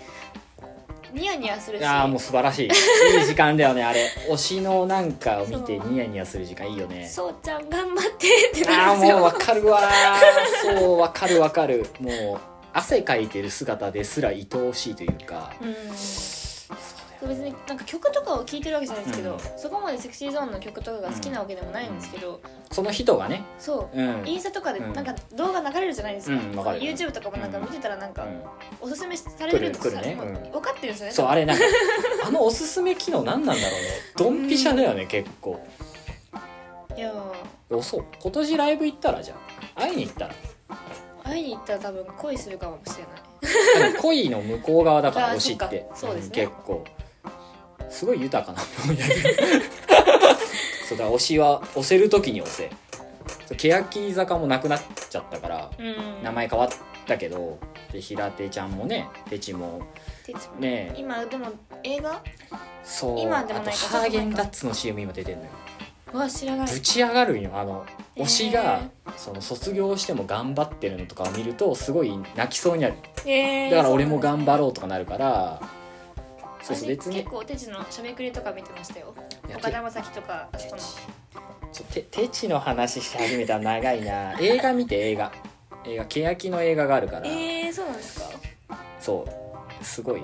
[SPEAKER 2] ニヤニヤする
[SPEAKER 1] い
[SPEAKER 2] し
[SPEAKER 1] やーもう素晴らしいいい時間だよねあれ <laughs> 推しのなんかを見てニヤニヤする時間いいよね
[SPEAKER 2] そうちゃん頑張ってって
[SPEAKER 1] あ
[SPEAKER 2] な
[SPEAKER 1] あ
[SPEAKER 2] るんです
[SPEAKER 1] もう
[SPEAKER 2] よ
[SPEAKER 1] わかるわーそうわかるわかるもう汗かいてる姿ですら愛おしいというか
[SPEAKER 2] うん別になんか曲とかを聴いてるわけじゃないですけど、
[SPEAKER 1] うん
[SPEAKER 2] そこまでセクシーゾーンの曲とかが好きなわけでもないんですけど、
[SPEAKER 1] その人がね
[SPEAKER 2] そう
[SPEAKER 1] うん、うん
[SPEAKER 2] インスタとかで
[SPEAKER 1] うん
[SPEAKER 2] なんか動画流れるじゃないですか,、
[SPEAKER 1] うんわかる
[SPEAKER 2] YouTube とかもなんか見てたらなんかおすすめされるんです
[SPEAKER 1] 来る来るね
[SPEAKER 2] さもう
[SPEAKER 1] うん
[SPEAKER 2] 分かってるんですよね
[SPEAKER 1] そうあれなんかあのおすすめ機能何なんだろうねドンピシャだよね結構
[SPEAKER 2] いや
[SPEAKER 1] おそう今年ライブ行ったらじゃあ会いに行ったら
[SPEAKER 2] ー会いに行ったら多分恋するかもしれない
[SPEAKER 1] でも恋の向こう側だから
[SPEAKER 2] あー
[SPEAKER 1] 推しって
[SPEAKER 2] そっかそうですね
[SPEAKER 1] ん結構すごい豊かなものやる <laughs> そうだから推しは押せる時に押せそう欅坂もなくなっちゃったから
[SPEAKER 2] うん
[SPEAKER 1] 名前変わったけどで平手ちゃんもねてちも
[SPEAKER 2] てつ
[SPEAKER 1] ねえ
[SPEAKER 2] 今でも映画
[SPEAKER 1] そう
[SPEAKER 2] 今でも
[SPEAKER 1] あと
[SPEAKER 2] ないか
[SPEAKER 1] ハーゲンダッツの CM 今出てるのよ
[SPEAKER 2] は知らない
[SPEAKER 1] ぶち上がるんよあの
[SPEAKER 2] へえ
[SPEAKER 1] 推しがその卒業しても頑張ってるのとかを見るとすごい泣きそうになる
[SPEAKER 2] えー
[SPEAKER 1] だから俺も頑張ろうとかなるからそう
[SPEAKER 2] あ
[SPEAKER 1] そう
[SPEAKER 2] れ
[SPEAKER 1] 別に
[SPEAKER 2] 結構てちのしゃべくりとか見てましたよ
[SPEAKER 1] いや
[SPEAKER 2] 岡田将生とかあそこの
[SPEAKER 1] ちょててちの話し始めたら長いな映画見て映画映画欅の映画があるから、
[SPEAKER 2] えー、そうなんですか
[SPEAKER 1] そうすごい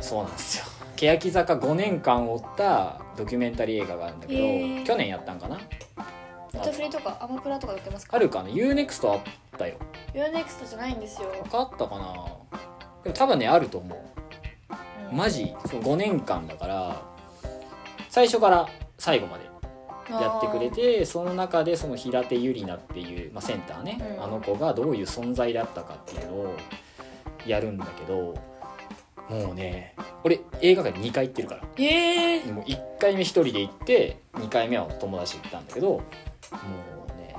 [SPEAKER 1] そうなんですよ欅坂5年間追ったドキュメンタリー映画があるんだけど、
[SPEAKER 2] へー
[SPEAKER 1] 去年やったんかな
[SPEAKER 2] ネットフリとかアマプラとか売ってますか
[SPEAKER 1] あるかな UNEXT あったよ
[SPEAKER 2] UNEXT じゃないんですよ、
[SPEAKER 1] 他あったかなでも多分ねあると思
[SPEAKER 2] う
[SPEAKER 1] うんマジそう5年間だから最初から最後までやってくれてその中でその平手友梨奈っていう、まあ、センターね、
[SPEAKER 2] うん
[SPEAKER 1] あの子がどういう存在だったかっていうのをやるんだけどもうね俺映画館2回行ってるから
[SPEAKER 2] あーええ
[SPEAKER 1] もう1回目1人で行って2回目は友達と行ったんだけどもうね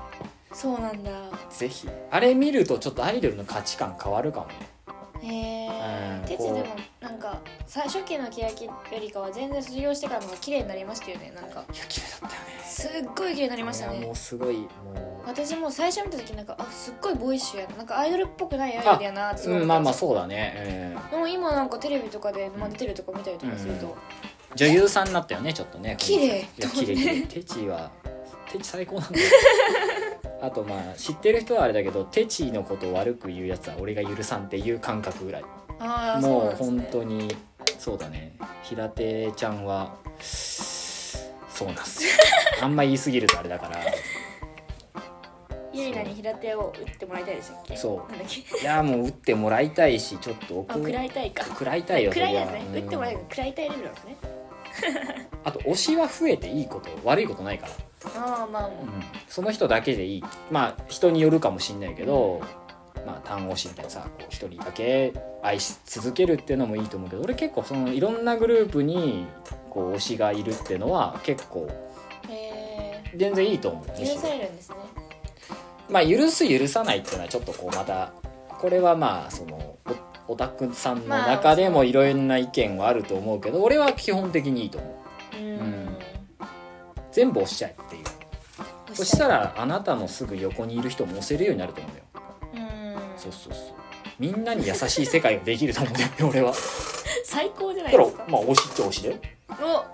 [SPEAKER 2] そうなんだ
[SPEAKER 1] ぜひあれ見るとちょっとアイドルの価値観変わるかもね
[SPEAKER 2] へえ
[SPEAKER 1] うん
[SPEAKER 2] てち
[SPEAKER 1] こう
[SPEAKER 2] でもなんか最初期の欅よりかは全然卒業してからの方が綺麗になりましたよねなんか
[SPEAKER 1] いや綺麗だったよね
[SPEAKER 2] すっごい綺麗になりました
[SPEAKER 1] いやも
[SPEAKER 2] ね
[SPEAKER 1] うすごいもう
[SPEAKER 2] 私もう最初見た時なんかあすっごいボイッシュやななんかアイドルっぽくないアイドルやなってすごい
[SPEAKER 1] うん、ま
[SPEAKER 2] 思
[SPEAKER 1] あ
[SPEAKER 2] って
[SPEAKER 1] まあ
[SPEAKER 2] し
[SPEAKER 1] そうだね、
[SPEAKER 2] でも今なんかテレビとかで、まあ、出てるとこ見たりとかすると、
[SPEAKER 1] ううん、女優さんになったよねちょっとね
[SPEAKER 2] 綺麗
[SPEAKER 1] いや綺麗綺麗テチはテチ最高なんだよあとまあ知ってる人はあれだけどテチのことを悪く言うやつは俺が許さんっていう感覚ぐらい
[SPEAKER 2] ああそう
[SPEAKER 1] も
[SPEAKER 2] な
[SPEAKER 1] うん
[SPEAKER 2] です
[SPEAKER 1] 本
[SPEAKER 2] ね
[SPEAKER 1] 当にそうだね平手ちゃんはそうなん
[SPEAKER 2] <laughs>
[SPEAKER 1] すよあんま言い過ぎるとあれだからい
[SPEAKER 2] ゆりなに平手を打ってもらいたいでしたっけ
[SPEAKER 1] そう
[SPEAKER 2] なんだっけ
[SPEAKER 1] やもう打ってもらいたいしちょっと
[SPEAKER 2] あ
[SPEAKER 1] 奥
[SPEAKER 2] 食らいたいか
[SPEAKER 1] 食らいたいよ
[SPEAKER 2] 食らいですね
[SPEAKER 1] そりゃ
[SPEAKER 2] 打ってもらい
[SPEAKER 1] う
[SPEAKER 2] たい
[SPEAKER 1] ん
[SPEAKER 2] 食らいたいレベルなんですね
[SPEAKER 1] あと推しは増えていいこと悪いことないから
[SPEAKER 2] ああまあ
[SPEAKER 1] うんその人だけでいいまあ人によるかもしんないけど、まあ、単推しみたいなさこう一人だけ愛し続けるっていうのもいいと思うけど俺結構そのいろんなグループにこう推しがいるっていうのは結構
[SPEAKER 2] へ
[SPEAKER 1] 全然いいと思うむ
[SPEAKER 2] え
[SPEAKER 1] し
[SPEAKER 2] 許
[SPEAKER 1] ろ
[SPEAKER 2] されるんですね
[SPEAKER 1] まあ許す許さないっていうのはちょっとこうまたこれはまあそのおオタクさんの中でもいろんな意見はあると思うけど俺は基本的にいいと思う
[SPEAKER 2] うん
[SPEAKER 1] うん全部押しちゃえっていうそしたらあなたのすぐ横にいる人も押せるようになると思うんだよ
[SPEAKER 2] うん
[SPEAKER 1] そうそうそうみんなに優しい世界ができると思うんだよね <laughs> 俺は
[SPEAKER 2] 最高じゃな
[SPEAKER 1] だ
[SPEAKER 2] い
[SPEAKER 1] か
[SPEAKER 2] で
[SPEAKER 1] ら
[SPEAKER 2] すか
[SPEAKER 1] まあ推しっちゃ推しだよ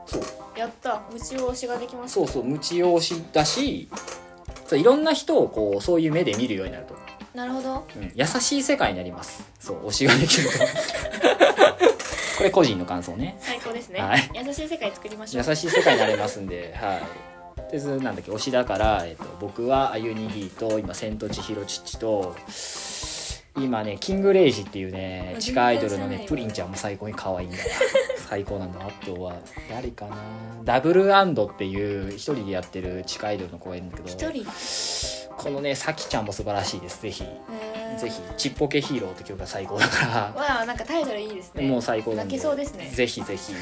[SPEAKER 1] そう
[SPEAKER 2] おやった無中押しができました
[SPEAKER 1] そうそう無知推しだしそういろんな人をこうそういう目で見るようになると思う
[SPEAKER 2] なるほど
[SPEAKER 1] うん、優しい世界になりますそう推しができる <laughs> とこれ個人の感想ね
[SPEAKER 2] 最高ですね、
[SPEAKER 1] はい
[SPEAKER 2] 優しい世界作りましょ
[SPEAKER 1] 優
[SPEAKER 2] う
[SPEAKER 1] しい世界になれますんではいでずなんだっけ推しだから、えっと僕はあゆにぎーと今千と千尋ちっちと今ねキングレイジっていうね
[SPEAKER 2] もう
[SPEAKER 1] 地下アイドルの
[SPEAKER 2] 全然知らない
[SPEAKER 1] ね
[SPEAKER 2] よ
[SPEAKER 1] プリンちゃんも最高に可愛いんだよ <laughs> 最高なんだあとは誰かなダブルアンドっていう一人でやってる地下アイドルの子がいるんだけど
[SPEAKER 2] 一人
[SPEAKER 1] このねさきちゃんも素晴らしいですぜひ
[SPEAKER 2] うーん
[SPEAKER 1] ぜひ「ちっぽけヒーロー」って曲が最高だから
[SPEAKER 2] わあなんかタイトルいいですね
[SPEAKER 1] もう最高なん
[SPEAKER 2] 泣けそうですね
[SPEAKER 1] ぜひぜひ <laughs>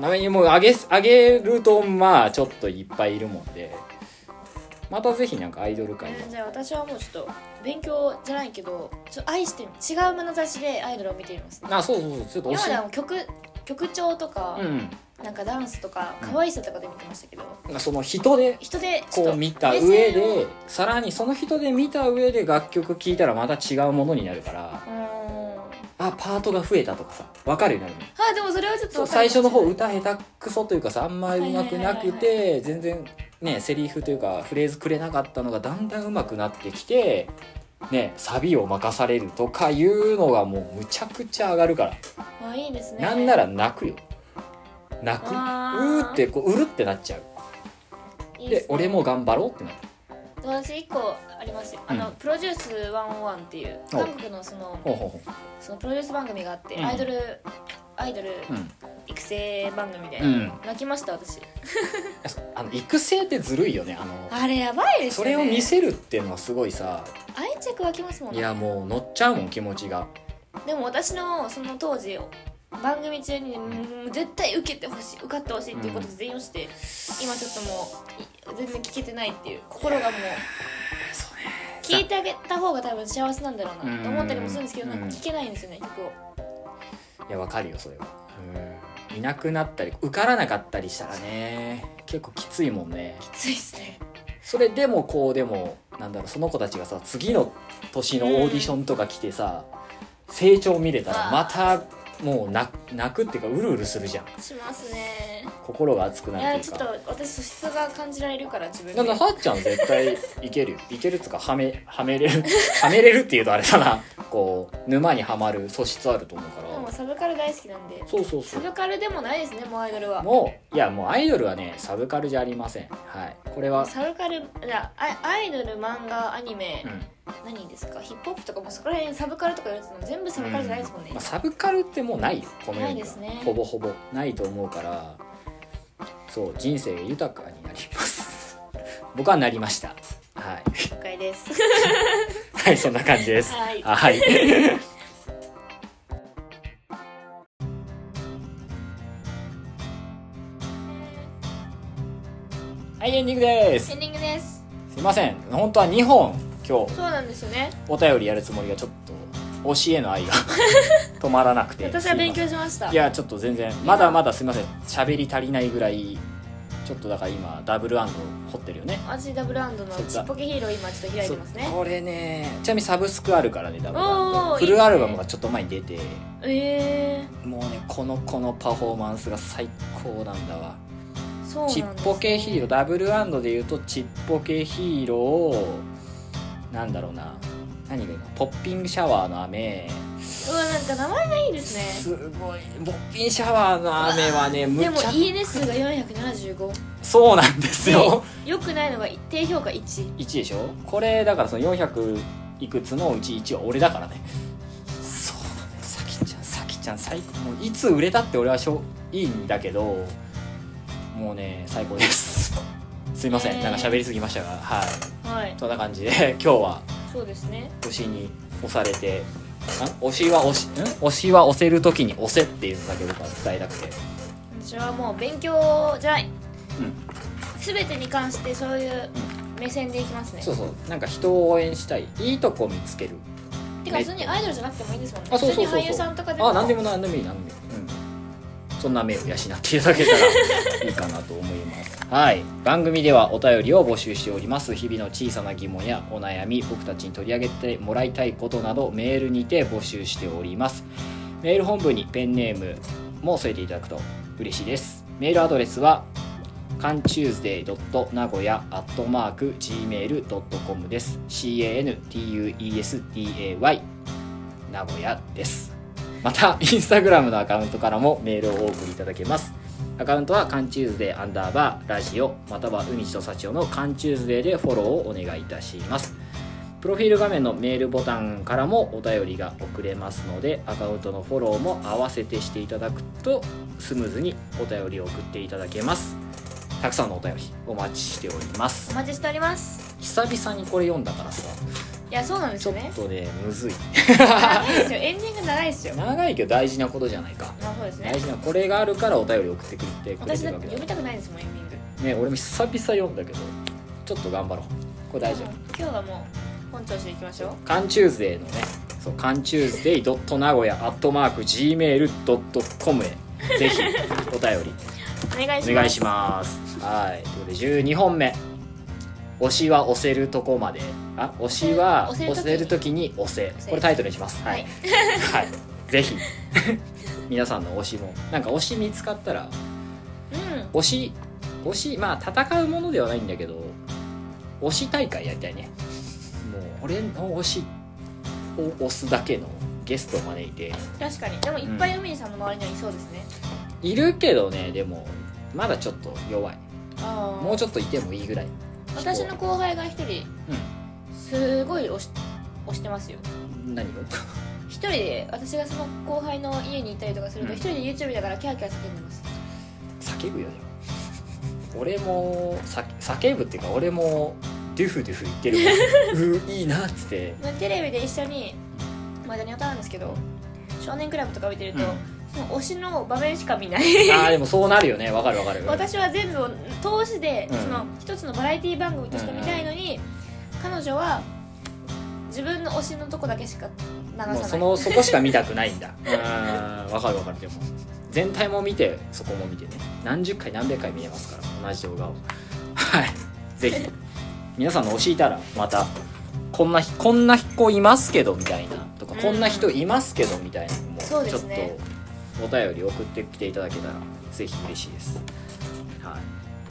[SPEAKER 1] 要にもうあげあげるとまあちょっといっぱいいるもんでまたぜひなんかアイドル界
[SPEAKER 2] え
[SPEAKER 1] に
[SPEAKER 2] ーじゃあ私はもうちょっと勉強じゃないけどちょ愛して違う眼差しでアイドルを見ています
[SPEAKER 1] あそうそうそうちょっと
[SPEAKER 2] 今までは
[SPEAKER 1] 推
[SPEAKER 2] もう曲曲調とか、
[SPEAKER 1] し
[SPEAKER 2] なんかダンスとか
[SPEAKER 1] うん
[SPEAKER 2] 可愛さとかで見てましたけど、
[SPEAKER 1] うんその人で
[SPEAKER 2] 人でちょっ
[SPEAKER 1] ことう見た上
[SPEAKER 2] 目線を
[SPEAKER 1] でさらにその人で見た上で楽曲聴いたらまた違うものになるから
[SPEAKER 2] うーん
[SPEAKER 1] あパートが増えたとかさ分かるようになるの
[SPEAKER 2] あでもそれはちょっと
[SPEAKER 1] そう
[SPEAKER 2] わかる
[SPEAKER 1] 最
[SPEAKER 2] か
[SPEAKER 1] 初
[SPEAKER 2] も
[SPEAKER 1] の
[SPEAKER 2] しれ
[SPEAKER 1] 方
[SPEAKER 2] ない
[SPEAKER 1] 歌下手くそというかさあんまり上手くなく
[SPEAKER 2] はいはいは
[SPEAKER 1] て全然ねセリフというかフレーズくれなかったのがだんだん上手くなってきてねサビを任されるとかいうのがもうむちゃくちゃ上がるから、
[SPEAKER 2] あいいですね
[SPEAKER 1] なんなら泣くよ泣くう
[SPEAKER 2] あー
[SPEAKER 1] ーってこううるってなっちゃう
[SPEAKER 2] い
[SPEAKER 1] で
[SPEAKER 2] いすね
[SPEAKER 1] 俺も頑張ろうってなる
[SPEAKER 2] 私一個ありますよあの、
[SPEAKER 1] うん
[SPEAKER 2] プロデュース101っていう
[SPEAKER 1] お
[SPEAKER 2] 韓国のその
[SPEAKER 1] ほうほうほ
[SPEAKER 2] そのプロデュース番組があって、
[SPEAKER 1] うん
[SPEAKER 2] アイドルアイドル
[SPEAKER 1] ううん
[SPEAKER 2] 育成番組で、
[SPEAKER 1] うん
[SPEAKER 2] 泣きました私
[SPEAKER 1] あの育成ってずるいよねあの
[SPEAKER 2] あれやばいです
[SPEAKER 1] そ
[SPEAKER 2] よね
[SPEAKER 1] れを見せるっていうのはすごいさ
[SPEAKER 2] 愛着湧きますもん
[SPEAKER 1] い
[SPEAKER 2] ね
[SPEAKER 1] やもう乗っちゃうもん気持ちが
[SPEAKER 2] でも私のその当時番組中にうん絶対受けてほしい受かってほしいっていうことを全員をして、今ちょっともうい全然聞けてないっていう心がもう
[SPEAKER 1] そうね
[SPEAKER 2] 聞いてあげた方が多分幸せなんだろう
[SPEAKER 1] う
[SPEAKER 2] なんと思ったりもするんですけど
[SPEAKER 1] う
[SPEAKER 2] なんんか聞けないんですよね曲を
[SPEAKER 1] いやわかるよそれはうんいなくなったり受からなかったりしたらね結構きついもんね
[SPEAKER 2] ついっすね
[SPEAKER 1] それでもこうでもなんだろうその子たちがさ次の年のオーディションとか来てさ成長見れたら
[SPEAKER 2] あー
[SPEAKER 1] またもう泣泣くっていうかうるうるするじゃん
[SPEAKER 2] しますね
[SPEAKER 1] 心が熱く
[SPEAKER 2] い
[SPEAKER 1] な
[SPEAKER 2] や
[SPEAKER 1] ると
[SPEAKER 2] ち
[SPEAKER 1] い
[SPEAKER 2] ょ
[SPEAKER 1] うか
[SPEAKER 2] っと私素質が感じられるから自分
[SPEAKER 1] なん
[SPEAKER 2] で
[SPEAKER 1] だはっちゃん絶対いけるよいけるっつうかはめはめれるはめれるっていうとあれだなこう沼にはまる素質あると思うから
[SPEAKER 2] でも好サブカル大好きなんで
[SPEAKER 1] そうそうそ
[SPEAKER 2] サ
[SPEAKER 1] う
[SPEAKER 2] ブカルでもないですねもうアイドルは
[SPEAKER 1] もういやもうアイドルはねサブカルじゃありませんはいこれは
[SPEAKER 2] サブカルいやアアイドル漫画アニメ、
[SPEAKER 1] うん
[SPEAKER 2] 何ですかヒップホップとかもそこら辺サブカルとか言われても全部サブカルじゃないですもんね、
[SPEAKER 1] うまあ、サブカルってもうないよこの世
[SPEAKER 2] ない
[SPEAKER 1] に
[SPEAKER 2] で
[SPEAKER 1] は
[SPEAKER 2] すね
[SPEAKER 1] ほぼほぼないと思うからそう人生豊かになります <laughs> 僕はなりましたはい <laughs>
[SPEAKER 2] 了解です
[SPEAKER 1] はいそんな感じです
[SPEAKER 2] はい
[SPEAKER 1] はい <laughs> はいエンディングで
[SPEAKER 2] エ
[SPEAKER 1] す
[SPEAKER 2] ンディングです
[SPEAKER 1] すいません本当は2本今日
[SPEAKER 2] そうなんですよね
[SPEAKER 1] お便りやるつもりがちょっと推しへの
[SPEAKER 2] <laughs>
[SPEAKER 1] 愛が止まらなくて
[SPEAKER 2] 私は勉強
[SPEAKER 1] すいま
[SPEAKER 2] しました
[SPEAKER 1] せんいやちょっと全然まだまだすみません喋り足りないぐらいちょっとだから今ダブルアンド掘ってるよね
[SPEAKER 2] 私ダブルアンドの
[SPEAKER 1] そっか
[SPEAKER 2] ちっぽけヒーロー今ちょっと開いてますね
[SPEAKER 1] そうこれねちなみにサブスクあるからねダブルアンド
[SPEAKER 2] おー
[SPEAKER 1] フ
[SPEAKER 2] いいです
[SPEAKER 1] ル
[SPEAKER 2] ね
[SPEAKER 1] アルバムがちょっと前に出て
[SPEAKER 2] え
[SPEAKER 1] もうねこの子のパフォーマンスが最高なんだわ
[SPEAKER 2] ー、そうなんです
[SPEAKER 1] ちっぽけヒーローダブルアンドで言うとちっぽけヒーローをなんだろうな何が今ポッピングシャワーの雨
[SPEAKER 2] うわなんか名前がいいですね
[SPEAKER 1] すごいボッピンシャワーの雨はねむ
[SPEAKER 2] でも
[SPEAKER 1] ちゃ
[SPEAKER 2] いいね数が475
[SPEAKER 1] そうなんですよ
[SPEAKER 2] よくないのが低評価1
[SPEAKER 1] 1でしょこれだからその400いくつのうち1は俺だからねそうさきちゃんさきちゃん最高もういつ売れたって俺はしょいいんだけどもうね最高ですすいません、
[SPEAKER 2] えー
[SPEAKER 1] なんか喋りすぎましたがはい
[SPEAKER 2] はい
[SPEAKER 1] そんな感じで今日は
[SPEAKER 2] そうですね
[SPEAKER 1] 推しに押されてあ推しは押しん推しは押せる時に押せっていうのだけ僕は伝えたくて
[SPEAKER 2] 私はもう勉強じゃない
[SPEAKER 1] うん
[SPEAKER 2] 全てに関してそういう目線でいきますね
[SPEAKER 1] そうそうなんか人を応援したいいいとこ見つける
[SPEAKER 2] てか普通にアイドルじゃなくてもいいですもんね
[SPEAKER 1] あそうそうそうそう
[SPEAKER 2] 普通に俳優さんとかでも
[SPEAKER 1] あ何でも何でもいい何でもいい、うん、そんな目を養っていただけたらいいかなと思いますはい番組ではお便りを募集しております日々の小さな疑問やお悩み僕たちに取り上げてもらいたいことなどメールにて募集しておりますメール本部にペンネームも添えていただくと嬉しいですメールアドレスは cantuesday.nagoya.gmail.com です。cantuesday 名古屋です。また、インスタグラムのアカウントからもメールをお送りいただけます。アカウントは、カンチューズデーアンダーバーラジオ、または海地と幸男のカンチューズデーでフォローをお願いいたします。プロフィール画面のメールボタンからもお便りが送れますので、アカウントのフォローも合わせてしていただくと、スムーズにお便りを送っていただけます。たくさんのお便りお待ちしておりま
[SPEAKER 2] お
[SPEAKER 1] す。
[SPEAKER 2] 待ちしております
[SPEAKER 1] 久々にこれ読んだからさ、
[SPEAKER 2] いやそうなんです
[SPEAKER 1] ちょ
[SPEAKER 2] よ
[SPEAKER 1] っ
[SPEAKER 2] ね
[SPEAKER 1] とね、むずい。
[SPEAKER 2] 長いですよエンディング長いですよ
[SPEAKER 1] <laughs> 長いけど大事なことじゃないか。
[SPEAKER 2] まあそうですね
[SPEAKER 1] 大事なこれがあるからお便り送ってくれてくれ
[SPEAKER 2] 私
[SPEAKER 1] て
[SPEAKER 2] だ
[SPEAKER 1] る
[SPEAKER 2] っ
[SPEAKER 1] わ
[SPEAKER 2] て
[SPEAKER 1] けだ
[SPEAKER 2] 読みたくないですもんエンディン
[SPEAKER 1] ね
[SPEAKER 2] グ
[SPEAKER 1] 俺も久々読んだけどちょっと頑張ろうこれ大事
[SPEAKER 2] もう今日はもう本調子でいきましょう
[SPEAKER 1] カンチューズデーのねそうカンチューズデイドット名古屋アットマーク Gmail.com へぜひお便り
[SPEAKER 2] お願いします
[SPEAKER 1] お願いします。はい。ということで12本目。推しは押せるとこまで。あ、推しは
[SPEAKER 2] 押せ
[SPEAKER 1] 押せる
[SPEAKER 2] る
[SPEAKER 1] ときに押せ
[SPEAKER 2] 押。せ
[SPEAKER 1] これタイトルにします。は
[SPEAKER 2] はいい。
[SPEAKER 1] はい。ぜひ <laughs> 皆さんの推しもなんか推し見つかったら
[SPEAKER 2] うん
[SPEAKER 1] 推し推しまあ戦うものではないんだけど推し大会やりたいねもう俺の推しを推すだけのゲストを招いて
[SPEAKER 2] 確かにでもいっぱい海さんの周りにはいそうですね、
[SPEAKER 1] いるけどねでもまだちょっと弱い
[SPEAKER 2] ああ
[SPEAKER 1] もうちょっといてもいいぐらい
[SPEAKER 2] 私の後輩が一人すごい押し押してますよ
[SPEAKER 1] うん何を <laughs>
[SPEAKER 2] 一人で私がその後輩の家に行ったりとかすると
[SPEAKER 1] うん
[SPEAKER 2] 一人で YouTube だからキャーキャー叫んでます
[SPEAKER 1] 叫ぶよでも俺もさ叫ぶっていうか俺もドゥフドゥフ言ってるもん <laughs> うーいいなっつって
[SPEAKER 2] まあテレビで一緒に前田に歌なんですけど少年クラブとか見てると、
[SPEAKER 1] うん
[SPEAKER 2] その推しの場面しか見ない <laughs>
[SPEAKER 1] あーでもそうなるよねわかるわかる
[SPEAKER 2] 私は全部を通しで、
[SPEAKER 1] うん
[SPEAKER 2] その一つのバラエティ番組として見たいのに、彼女は自分の推しのとこだけしか流さない
[SPEAKER 1] もうそのそこしか見たくないん
[SPEAKER 2] <laughs>
[SPEAKER 1] だうんわかるわかるでも全体も見てそこも見てね何十回何百回見れますから同じ動画をはいぜひ皆さんの推しいたらまたこんなひこんな子いますけどみたいなとか
[SPEAKER 2] うん
[SPEAKER 1] こんな人いますけどみたいなのもちょ
[SPEAKER 2] そう
[SPEAKER 1] っ
[SPEAKER 2] で
[SPEAKER 1] と
[SPEAKER 2] すね
[SPEAKER 1] お便り送ってきていただけたらぜひ嬉しいですはい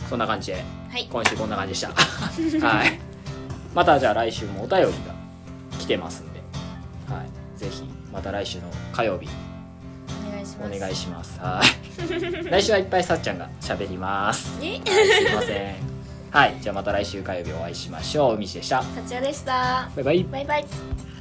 [SPEAKER 1] そんな感じで
[SPEAKER 2] はい
[SPEAKER 1] 今週こんな感じでした <laughs> はいまたじゃあ来週もお便りが来てますんで、はい、ぜひまた来週の火曜日
[SPEAKER 2] いし
[SPEAKER 1] お
[SPEAKER 2] ます
[SPEAKER 1] 願いしますはい来週はいっぱいさっちゃんが喋ります
[SPEAKER 2] え
[SPEAKER 1] すいませんはいじゃあまた来週火曜日お会いしましょう海地でした
[SPEAKER 2] さちやでした
[SPEAKER 1] バイバイ
[SPEAKER 2] バイバイ